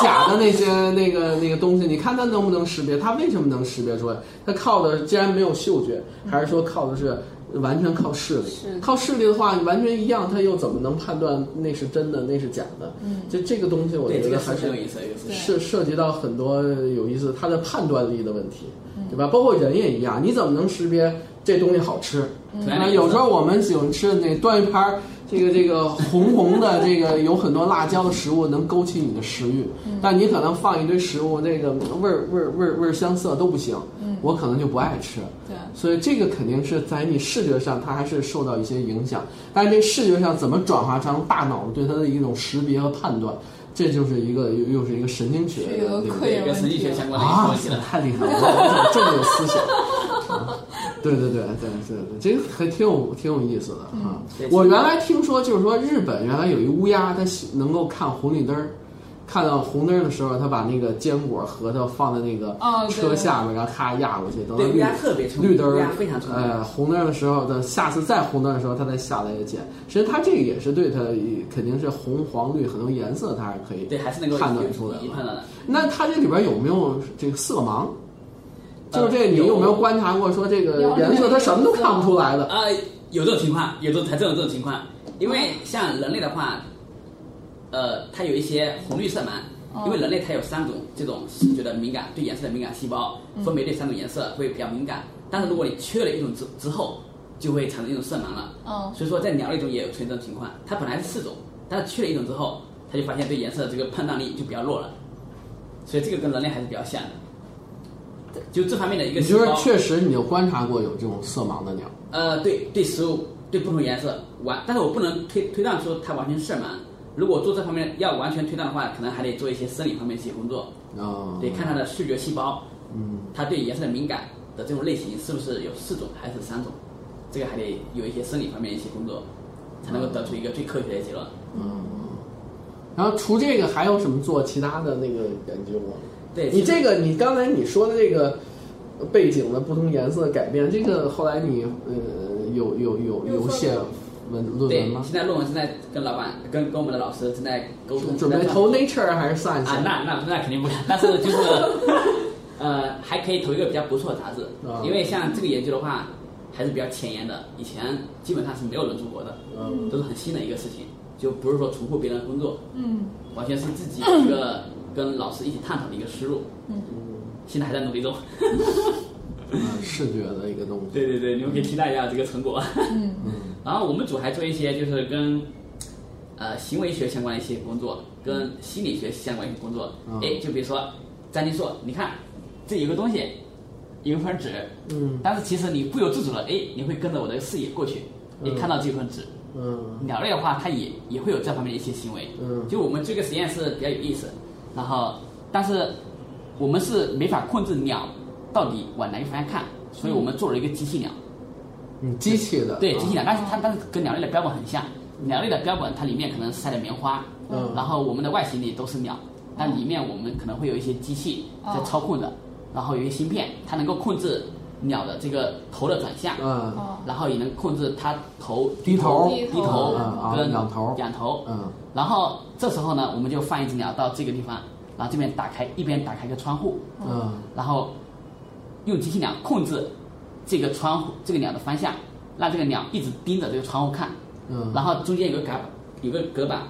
[SPEAKER 4] 假的那些那个那个东西，你看它能不能识别？它为什么能识别出来？它靠的既然没有嗅觉，还是说靠的是完全靠视力？
[SPEAKER 2] 是
[SPEAKER 4] 靠视力的话，你完全一样，它又怎么能判断那是真的，那是假的？
[SPEAKER 2] 嗯
[SPEAKER 4] 就这个东西，我
[SPEAKER 3] 对，
[SPEAKER 4] 觉
[SPEAKER 3] 这
[SPEAKER 4] 得
[SPEAKER 3] 个是
[SPEAKER 4] 还是
[SPEAKER 3] 很有意思的一个事情。
[SPEAKER 4] 涉涉及到很多有意思，它的判断力的问题，
[SPEAKER 3] 嗯
[SPEAKER 4] 对吧？包括人也一样，你怎么能识别这东西好吃？对吧？有时候我们喜欢吃那端一盘儿这个这个红红的这个有很多辣椒的食物，能勾起你的食欲，
[SPEAKER 2] 嗯
[SPEAKER 4] 但你可能放一堆食物，那个味儿味儿味儿味儿相色都不行，
[SPEAKER 2] 嗯
[SPEAKER 4] 我可能就不爱吃。
[SPEAKER 2] 对。
[SPEAKER 4] 所以这个肯定是在你视觉上，它还是受到一些影响，但是这视觉上怎么转化成大脑对它的一种识别和判断，这就是一个又又是一个神经学
[SPEAKER 2] 是一
[SPEAKER 4] 的
[SPEAKER 2] 个
[SPEAKER 4] 对不
[SPEAKER 2] 溃
[SPEAKER 4] 对
[SPEAKER 3] 有一个神经学相关的一个
[SPEAKER 4] 啊
[SPEAKER 3] 东，西
[SPEAKER 4] 这
[SPEAKER 3] 了。
[SPEAKER 4] 太厉害了，我这么有思想。啊对对对对对对，这个还挺有挺有意思的啊
[SPEAKER 3] 嗯对！
[SPEAKER 4] 我原来听说，就是说日本原来有一乌鸦，它喜能够看红绿灯儿，看到红灯儿的时候，它把那个坚果核桃放在那个
[SPEAKER 2] 哦对
[SPEAKER 4] 车下面，然后咔压过去，等到
[SPEAKER 3] 对乌
[SPEAKER 4] 绿
[SPEAKER 3] 鸦特别聪明
[SPEAKER 4] 绿灯
[SPEAKER 3] 乌鸦
[SPEAKER 4] 儿
[SPEAKER 3] 非常聪明
[SPEAKER 4] 呃红灯儿的时候，等下次再红灯儿的时候，它再下来捡。其实它这个也是对它肯定是红黄绿很多颜色，它还是可以
[SPEAKER 3] 对，还是能够
[SPEAKER 4] 判断出来的
[SPEAKER 3] 一判断的。
[SPEAKER 4] 那它这里边有没有这个色盲？
[SPEAKER 3] 呃
[SPEAKER 4] 就是这，你有没有
[SPEAKER 3] 有
[SPEAKER 4] 观察过？说这个
[SPEAKER 2] 有
[SPEAKER 4] 颜色它什么都看不出来的，
[SPEAKER 3] 啊、有这种情况，有这种才真有这种情况，因为像人类的话，呃，它有一些红绿色
[SPEAKER 2] 哦
[SPEAKER 3] 盲，因为人类它有三种这种视觉的敏感，对颜色的敏感细胞，
[SPEAKER 4] 嗯
[SPEAKER 3] 分别对三种颜色会比较敏感。但是如果你缺了一种之之后，就会产生一种色盲了。
[SPEAKER 2] 嗯
[SPEAKER 3] 所以说在鸟类中也有出现这种情况，它本来是四种，但是缺了一种之后，它就发现对颜色的这个判断力就比较弱了。所以这个跟人类还是比较像的，就这方面的一个
[SPEAKER 4] 你
[SPEAKER 3] 细
[SPEAKER 4] 就
[SPEAKER 3] 胞。
[SPEAKER 4] 是确实你就观察过有这种色盲的鸟。
[SPEAKER 3] 呃，对对食物，对不同颜色完，但是我不能推推断出它完全色盲。如果做这方面要完全推断的话，可能还得做一些生理方面一些工作，
[SPEAKER 4] 哦，
[SPEAKER 3] 得看它的视觉细胞，
[SPEAKER 4] 嗯，
[SPEAKER 3] 它对颜色的敏感的这种类型是不是有四种还是三种，这个还得有一些生理方面一些工作，才能够得出一个最科学的结论。
[SPEAKER 4] 然后除这个还有什么做其他的那个研究吗？
[SPEAKER 3] 对，其
[SPEAKER 4] 你
[SPEAKER 3] 实
[SPEAKER 4] 这个你刚才你说的这个背景的不同颜色的改变，这个后来你呃有有有有写文论文
[SPEAKER 3] 对，
[SPEAKER 4] 吗？
[SPEAKER 3] 现在论文正在跟老板、跟跟我们的老师正在沟通，
[SPEAKER 4] 准备
[SPEAKER 3] 正在
[SPEAKER 4] 投 Nature 还是 Science？
[SPEAKER 3] 啊，那那那肯定不敢，但是就是 呃，还可以投一个比较不错的杂志
[SPEAKER 4] 啊，
[SPEAKER 3] 因为像这个研究的话，还是比较前沿的，以前基本上是没有人做过的，
[SPEAKER 4] 嗯
[SPEAKER 3] 都是很新的一个事情，就不是说重复别人的工作，
[SPEAKER 2] 嗯
[SPEAKER 3] 完全是自己一个跟老师一起探讨的一个思路，
[SPEAKER 2] 嗯，
[SPEAKER 3] 现在还在努力中。
[SPEAKER 4] 视觉的一个东西。
[SPEAKER 3] 对对对，你们可以期待一下这个成果。
[SPEAKER 2] 嗯
[SPEAKER 3] 然后我们组还做一些就是跟呃行为学相关的一些工作，跟心理学相关一些工作
[SPEAKER 4] 嗯。
[SPEAKER 3] 哎、就比如说张金硕，你看这有个东西，有一份纸，
[SPEAKER 4] 嗯
[SPEAKER 3] 但是其实你不由自主的，哎，你会跟着我的视野过去，你
[SPEAKER 4] 嗯
[SPEAKER 3] 看到这份纸。
[SPEAKER 4] 嗯
[SPEAKER 3] 鸟类的话，它也也会有这方面的一些行为。
[SPEAKER 4] 嗯
[SPEAKER 3] 就我们这个实验是比较有意思，然后但是我们是没法控制鸟到底往哪个方向看，所以我们做了一个机器鸟。
[SPEAKER 4] 嗯，机器的。
[SPEAKER 3] 对，机器鸟，
[SPEAKER 4] 的。
[SPEAKER 3] 但是它但是跟鸟类的标本很像，鸟类的标本它里面可能塞了棉花，
[SPEAKER 4] 嗯
[SPEAKER 3] 然后我们的外形里都是鸟，但里面我们可能会有一些机器在操控着，然后有一些芯片，它能够控制鸟的这个头的转向，
[SPEAKER 4] 嗯
[SPEAKER 2] 哦
[SPEAKER 3] 然后也能控制它头
[SPEAKER 4] 低头
[SPEAKER 3] 低头
[SPEAKER 4] 嗯啊
[SPEAKER 3] 跟
[SPEAKER 4] 仰头
[SPEAKER 3] 仰头，
[SPEAKER 4] 嗯
[SPEAKER 3] 然后这时候呢，我们就放一只鸟到这个地方，然后这边打开一边打开一个窗户，
[SPEAKER 4] 嗯
[SPEAKER 3] 然后用机器鸟控制这个窗户这个鸟的方向，让这个鸟一直盯着这个窗户看，
[SPEAKER 4] 嗯。
[SPEAKER 3] 然后中间有个隔板有个隔板，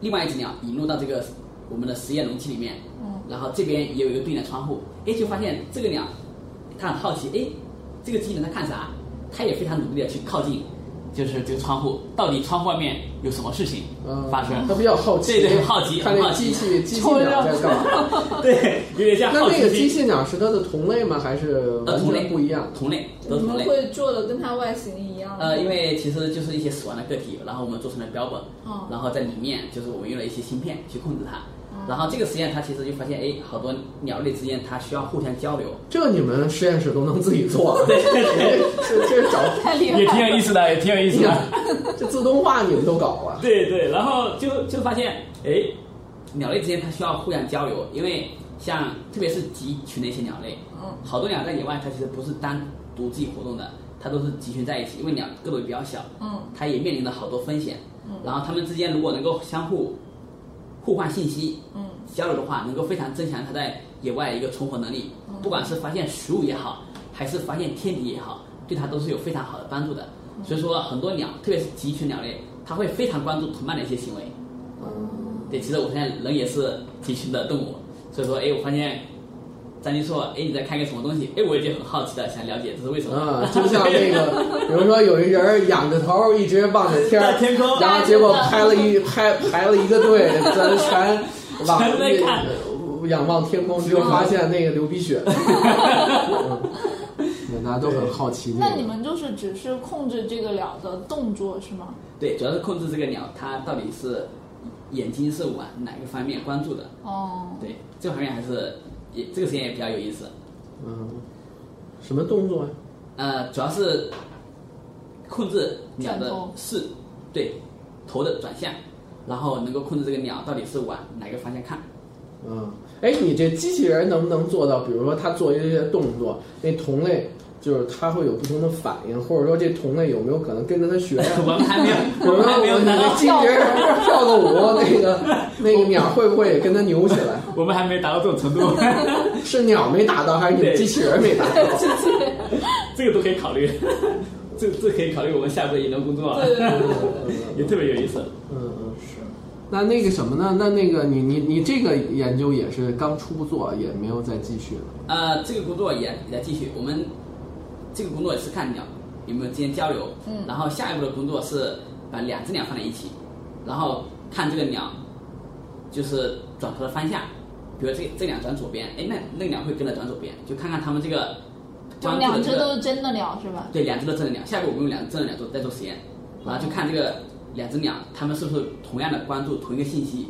[SPEAKER 3] 另外一只鸟引入到这个我们的实验容器里面，
[SPEAKER 2] 嗯
[SPEAKER 3] 然后这边也有一个对应的窗户，哎，就发现这个鸟它很好奇，哎，这个机器人在看啥？它也非常努力的去靠近，就是这个窗户，到底窗户外面有什么事情
[SPEAKER 4] 嗯
[SPEAKER 3] 发生？
[SPEAKER 4] 他比较好奇，
[SPEAKER 3] 对对好奇
[SPEAKER 4] 看那
[SPEAKER 3] 好
[SPEAKER 4] 个机
[SPEAKER 3] 奇
[SPEAKER 4] 器机器鸟在干嘛？
[SPEAKER 3] 对，有点像
[SPEAKER 4] 那
[SPEAKER 3] 好奇
[SPEAKER 4] 那个
[SPEAKER 3] 心
[SPEAKER 4] 机器鸟是它的同类吗？还是
[SPEAKER 3] 呃，
[SPEAKER 4] 完
[SPEAKER 3] 同类
[SPEAKER 4] 全不一样？
[SPEAKER 3] 同类都
[SPEAKER 2] 你
[SPEAKER 3] 是同
[SPEAKER 2] 们
[SPEAKER 3] 类。
[SPEAKER 2] 会做的跟它外形一样吗？
[SPEAKER 3] 呃，因为其实就是一些死亡的个体，然后我们做成了标本，
[SPEAKER 2] 哦
[SPEAKER 3] 然后在里面就是我们用了一些芯片去控制它。然后这个实验它其实就发现，哎，好多鸟类之间它需要互相交流，
[SPEAKER 4] 这你们实验室都能自己做？对对对，这这找
[SPEAKER 2] 太厉害了，
[SPEAKER 3] 有意思的，也挺有意思的。
[SPEAKER 4] 这自动化你们都搞了？
[SPEAKER 3] 对对，然后就就发现，哎，鸟类之间它需要互相交流，因为像特别是集群的一些鸟类，
[SPEAKER 2] 嗯
[SPEAKER 3] 好多鸟在野外它其实不是单独自己活动的，它都是集群在一起，因为鸟个头比较小，
[SPEAKER 2] 嗯
[SPEAKER 3] 它也面临着好多风险。
[SPEAKER 2] 嗯
[SPEAKER 3] 然后它们之间如果能够相互互换信息、
[SPEAKER 2] 嗯
[SPEAKER 3] 交流的话，能够非常增强它在野外的一个存活能力。不管是发现食物也好，还是发现天敌也好，对它都是有非常好的帮助的。所以说，很多鸟，特别是集群鸟类，它会非常关注同伴的一些行为。对，其实我发现人也是集群的动物，所以说，哎，我发现张金硕，哎，你在看一个什么东西？哎，我也就很好奇的想了解这是为什么。
[SPEAKER 4] 啊，就像那个，比如说有一人仰着头一直望着天儿，
[SPEAKER 3] 天空
[SPEAKER 4] 然后结果
[SPEAKER 2] 啊
[SPEAKER 4] 拍了一拍排了一个队，咱全往
[SPEAKER 3] 全在看
[SPEAKER 4] 呃仰望天空，结果发现那个流 鼻血。嗯大家都很好奇这
[SPEAKER 2] 那你
[SPEAKER 4] 个，
[SPEAKER 2] 们就是只是控制这个鸟的动作是吗？
[SPEAKER 3] 对，主要是控制这个鸟，它到底是眼睛是往哪个方面关注的。
[SPEAKER 2] 哦，
[SPEAKER 3] 对，这个方面还是也这个实验也比较有意思。
[SPEAKER 4] 嗯，什么动作呀？
[SPEAKER 3] 呃，主要是控制鸟
[SPEAKER 2] 转
[SPEAKER 3] 的
[SPEAKER 2] 头
[SPEAKER 3] 视，对，头的转向，然后能够控制这个鸟到底是往哪个方向看。
[SPEAKER 4] 嗯，哎，你这机器人能不能做到？比如说，它做一些动作，那同类就是它会有不同的反应，或者说这同类有没有可能跟着它学呀？
[SPEAKER 3] 我们还没有，
[SPEAKER 4] 我
[SPEAKER 3] 我
[SPEAKER 4] 们
[SPEAKER 3] 们还没有
[SPEAKER 4] 你
[SPEAKER 3] 拿
[SPEAKER 4] 的
[SPEAKER 3] 到，
[SPEAKER 4] 机器人跳个舞，那个那个鸟会不会也跟它扭起来？
[SPEAKER 3] 我们还没达到这种程度，
[SPEAKER 4] 是鸟没达到，还是你们
[SPEAKER 3] 对
[SPEAKER 4] 机器人没达到？
[SPEAKER 3] 这个都可以考虑，这这可以考虑我们下一步的研究工作啊
[SPEAKER 2] 对对对对对
[SPEAKER 3] 也特别有意思。
[SPEAKER 4] 嗯嗯，是。那那个什么呢？那那个你你你这个研究也是刚初做，也没有再继续了。
[SPEAKER 3] 呃，这个工作也也在继续。我们这个工作也是看鸟有没有之间交流，
[SPEAKER 2] 嗯
[SPEAKER 3] 然后下一步的工作是把两只鸟放在一起，然后看这个鸟就是转头的方向，比如这这鸟转左边，哎，那那个鸟会跟着转左边，就看看它们这个
[SPEAKER 2] 就
[SPEAKER 3] 关注
[SPEAKER 2] 两
[SPEAKER 3] 的这
[SPEAKER 2] 只都
[SPEAKER 3] 个
[SPEAKER 2] 是真的鸟是吧？
[SPEAKER 3] 对两只都正的鸟。下一步我们用两只正的鸟做再做实验，然后就看这个两只鸟它们是不是同样的关注同一个信息，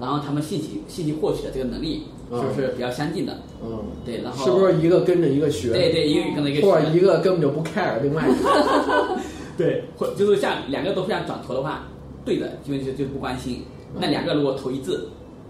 [SPEAKER 3] 然后它们信息信息获取的这个能力是不是比较相近的？
[SPEAKER 4] 嗯，
[SPEAKER 3] 对，然后
[SPEAKER 4] 是不是一个跟着一个学？
[SPEAKER 3] 对对，一个跟那一个
[SPEAKER 4] 或者
[SPEAKER 3] 学
[SPEAKER 4] 一个根本就不 care 另外一个？
[SPEAKER 3] 对，或就是像两个都非常转头的话，对的，就就就不关心。那两个如果头一致，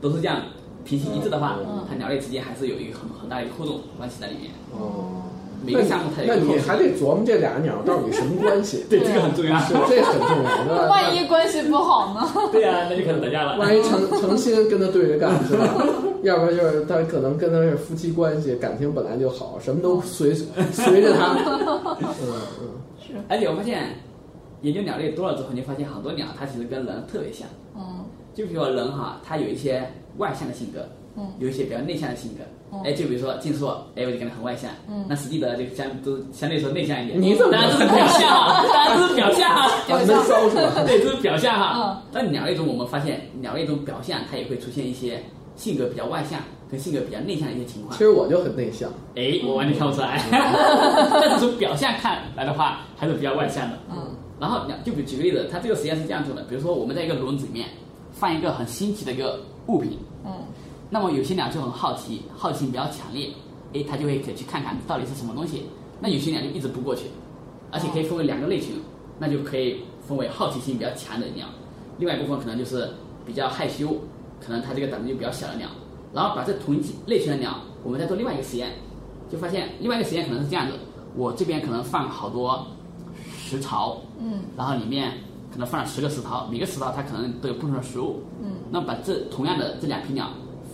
[SPEAKER 3] 都是这样脾气一致的话
[SPEAKER 2] 嗯，
[SPEAKER 3] 它鸟类之间还是有一个很很大的一个互动关系在里面。
[SPEAKER 6] 哦，
[SPEAKER 3] 每个项目它有
[SPEAKER 6] 那
[SPEAKER 3] 一个
[SPEAKER 6] 你
[SPEAKER 3] 后
[SPEAKER 6] 还
[SPEAKER 3] 续，，
[SPEAKER 6] 得琢磨这俩鸟到底什么关系
[SPEAKER 3] 对啊这个很重要。
[SPEAKER 6] 是这很重要，
[SPEAKER 3] 啊
[SPEAKER 6] 对吧？
[SPEAKER 2] 万一关系不好呢？
[SPEAKER 7] 对呀、那就可能打架了。
[SPEAKER 6] 万一诚诚心跟他对着干，是吧？ 要不然就是他可能跟他是夫妻关系，感情本来就好，什么都随 随着他。嗯嗯，
[SPEAKER 3] 而且我发现，研究鸟类多了之后，你就发现很多鸟它其实跟人特别像。
[SPEAKER 2] 嗯
[SPEAKER 3] 就比如说人哈，他有一些外向的性格，
[SPEAKER 2] 嗯
[SPEAKER 3] 有一些比较内向的性格。
[SPEAKER 2] 嗯
[SPEAKER 3] 哎，就比如说静硕，哎，我就感觉很外向，
[SPEAKER 2] 嗯
[SPEAKER 3] 那史蒂德就相都相对说内向一点。
[SPEAKER 6] 你怎么
[SPEAKER 3] 当然这是表象 啊，当然这是表象啊，
[SPEAKER 6] 把门烧出来。
[SPEAKER 3] 对，这是表象
[SPEAKER 2] 嗯
[SPEAKER 3] 哈。但鸟类中我们发现，鸟类中表象它也会出现一些性格比较外向跟性格比较内向的一些情况
[SPEAKER 6] 其。实我就很内向，
[SPEAKER 3] 哎，我完全看不出来。 但是从表象看来的话，还是比较外向的。
[SPEAKER 2] 嗯
[SPEAKER 3] 然后鸟就比举个例子，它这个实验是这样做的，比如说我们在一个笼子里面放一个很新奇的一个物品，
[SPEAKER 2] 嗯
[SPEAKER 3] 那么有些鸟就很好奇，好奇心比较强烈，诶，它就会可以去看看到底是什么东西。那有些鸟就一直不过去，而且可以分为两个类群，那就可以分为好奇心比较强的鸟，另外一部分可能就是比较害羞，可能它这个胆子就比较小的鸟。然后把这同一类群的鸟，我们再做另外一个实验，就发现另外一个实验可能是这样子：我这边可能放好多食槽，
[SPEAKER 2] 嗯
[SPEAKER 3] 然后里面可能放了十个石头，每个石头它可能都有不同的食物。
[SPEAKER 2] 嗯，
[SPEAKER 3] 那把这同样的这两批鸟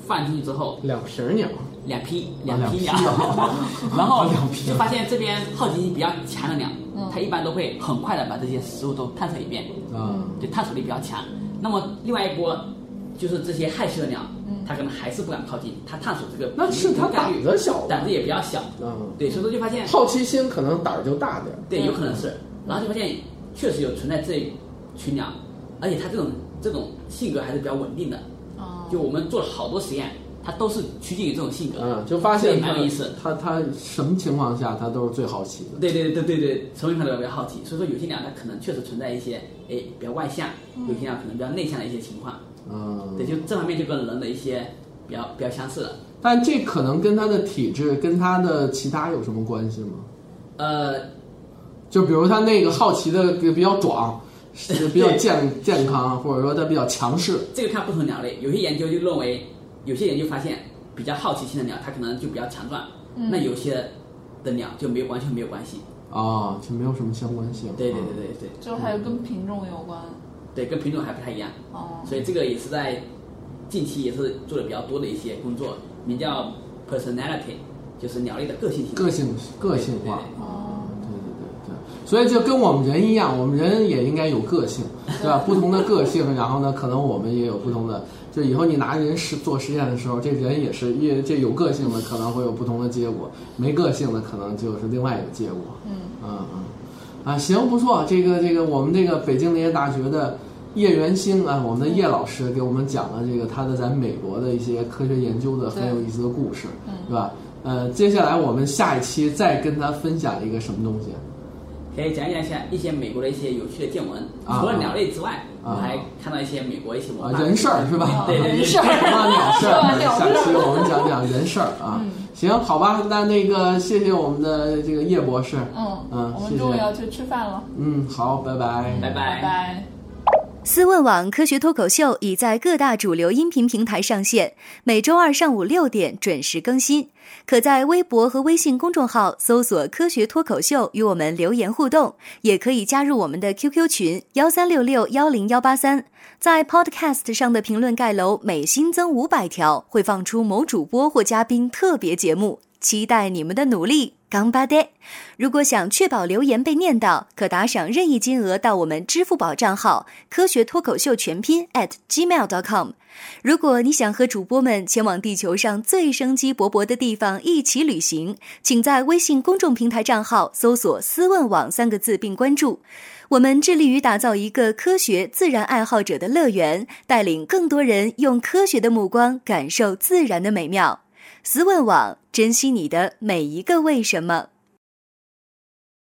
[SPEAKER 3] 放进去之后，
[SPEAKER 6] 两瓶鸟，
[SPEAKER 3] 两批
[SPEAKER 6] 啊
[SPEAKER 4] 两
[SPEAKER 3] 批
[SPEAKER 4] 批
[SPEAKER 3] 鸟， 然后就发现这边好奇心比较强的鸟，
[SPEAKER 2] 嗯
[SPEAKER 3] 它一般都会很快的把这些食物都探索一遍，
[SPEAKER 4] 嗯，
[SPEAKER 3] 就探索力比较强。那么另外一波就是这些害羞的鸟，它可能还是不敢靠近，它探索这个
[SPEAKER 6] 那是它
[SPEAKER 3] 概
[SPEAKER 6] 胆
[SPEAKER 3] 率
[SPEAKER 6] 子小吧
[SPEAKER 3] 胆子也比较小。
[SPEAKER 6] 嗯，
[SPEAKER 3] 对，所以说就发现
[SPEAKER 6] 好奇心可能胆儿就大点儿。
[SPEAKER 3] 对，有可能是。然后就发现确实有存在这一群鸟，而且它这种这种性格还是比较稳定的。
[SPEAKER 2] 哦
[SPEAKER 3] 就我们做了好多实验，它都是趋近于这种性格。
[SPEAKER 6] 嗯，就发现
[SPEAKER 3] 这也蛮有意思
[SPEAKER 4] 他他什么情况下他都是最好奇的。
[SPEAKER 3] 对对对对对，成为朋友比较好奇，所以说有些鸟它可能确实存在一些哎比较外向，有些鸟可能比较内向的一些情况。
[SPEAKER 4] 嗯，
[SPEAKER 3] 对，就这方面就跟人的一些比较比较相似了。
[SPEAKER 4] 但这可能跟他的体质跟他的其他有什么关系吗？
[SPEAKER 3] 呃，
[SPEAKER 4] 就比如他那
[SPEAKER 3] 嗯
[SPEAKER 4] 个好奇的比较壮，是 比较健健康，或者说他比较强势。
[SPEAKER 3] 这个看不同鸟类，有些研究就认为，有些研究发现比较好奇心的鸟它可能就比较强壮，
[SPEAKER 2] 嗯
[SPEAKER 3] 那有些的鸟就没有完全没有关系。
[SPEAKER 4] 哦，就没有什么相关性。
[SPEAKER 3] 对对
[SPEAKER 4] 嗯
[SPEAKER 3] 对对对
[SPEAKER 2] 就还有跟品种有关
[SPEAKER 3] 对，跟品种还不太一样，
[SPEAKER 2] 哦。
[SPEAKER 3] 所以这个也是在近期也是做的比较多的一些工作，名叫 personality，就是鸟类的个性性。
[SPEAKER 4] 啊个性个性化
[SPEAKER 3] 对对对
[SPEAKER 4] 啊，对对对对，所以就跟我们人一样，我们人也应该有个性，对吧？不同的个性，然后呢，可能我们也有不同的。就以后你拿人实做实验的时候，这人也是也这有个性的可能会有不同的结果，没个性的可能就是另外一个结果。嗯嗯啊，行，不错，这个这个我们这个北京林业大学的。叶元兴啊，我们的叶老师给我们讲了这个他的在美国的一些科学研究的很有意思的故事，
[SPEAKER 2] 嗯
[SPEAKER 4] 对吧？呃，接下来我们下一期再跟他分享一个什么东西？啊
[SPEAKER 3] 可以讲一讲一下一些美国的一些有趣的见闻。
[SPEAKER 4] 啊
[SPEAKER 3] 除了鸟类之外，
[SPEAKER 4] 啊
[SPEAKER 3] 我还看到一些美国一些文
[SPEAKER 4] 啊，
[SPEAKER 3] 化
[SPEAKER 4] 人事儿是吧？
[SPEAKER 3] 对 对对
[SPEAKER 2] 没事
[SPEAKER 4] 啊，鸟事儿，
[SPEAKER 2] 鸟
[SPEAKER 4] 下期我们讲讲人事儿啊。
[SPEAKER 2] 嗯
[SPEAKER 4] 行，好吧，那那个谢谢我们的这个叶博士，
[SPEAKER 2] 嗯
[SPEAKER 4] 嗯
[SPEAKER 2] 我们
[SPEAKER 4] 谢谢
[SPEAKER 2] 中午要去吃饭了，
[SPEAKER 4] 嗯，好，拜拜，
[SPEAKER 3] 拜
[SPEAKER 2] 拜拜。
[SPEAKER 5] 思问网科学脱口秀已在各大主流音频平台上线，每周二上午六点准时更新。可在微博和微信公众号搜索“科学脱口秀”与我们留言互动，也可以加入我们的 QQ 群幺三六六幺零幺八三。在 Podcast 上的评论盖楼每新增五百条，会放出某主播或嘉宾特别节目，期待你们的努力。干巴爹！如果想确保留言被念到，可打赏任意金额到我们支付宝账号“科学脱口秀全拼 ”at gmail.com。如果你想和主播们前往地球上最生机勃勃的地方一起旅行，请在微信公众平台账号搜索“思问网”三个字并关注。我们致力于打造一个科学自然爱好者的乐园，带领更多人用科学的目光感受自然的美妙。思问网，珍惜你的每一个为什么。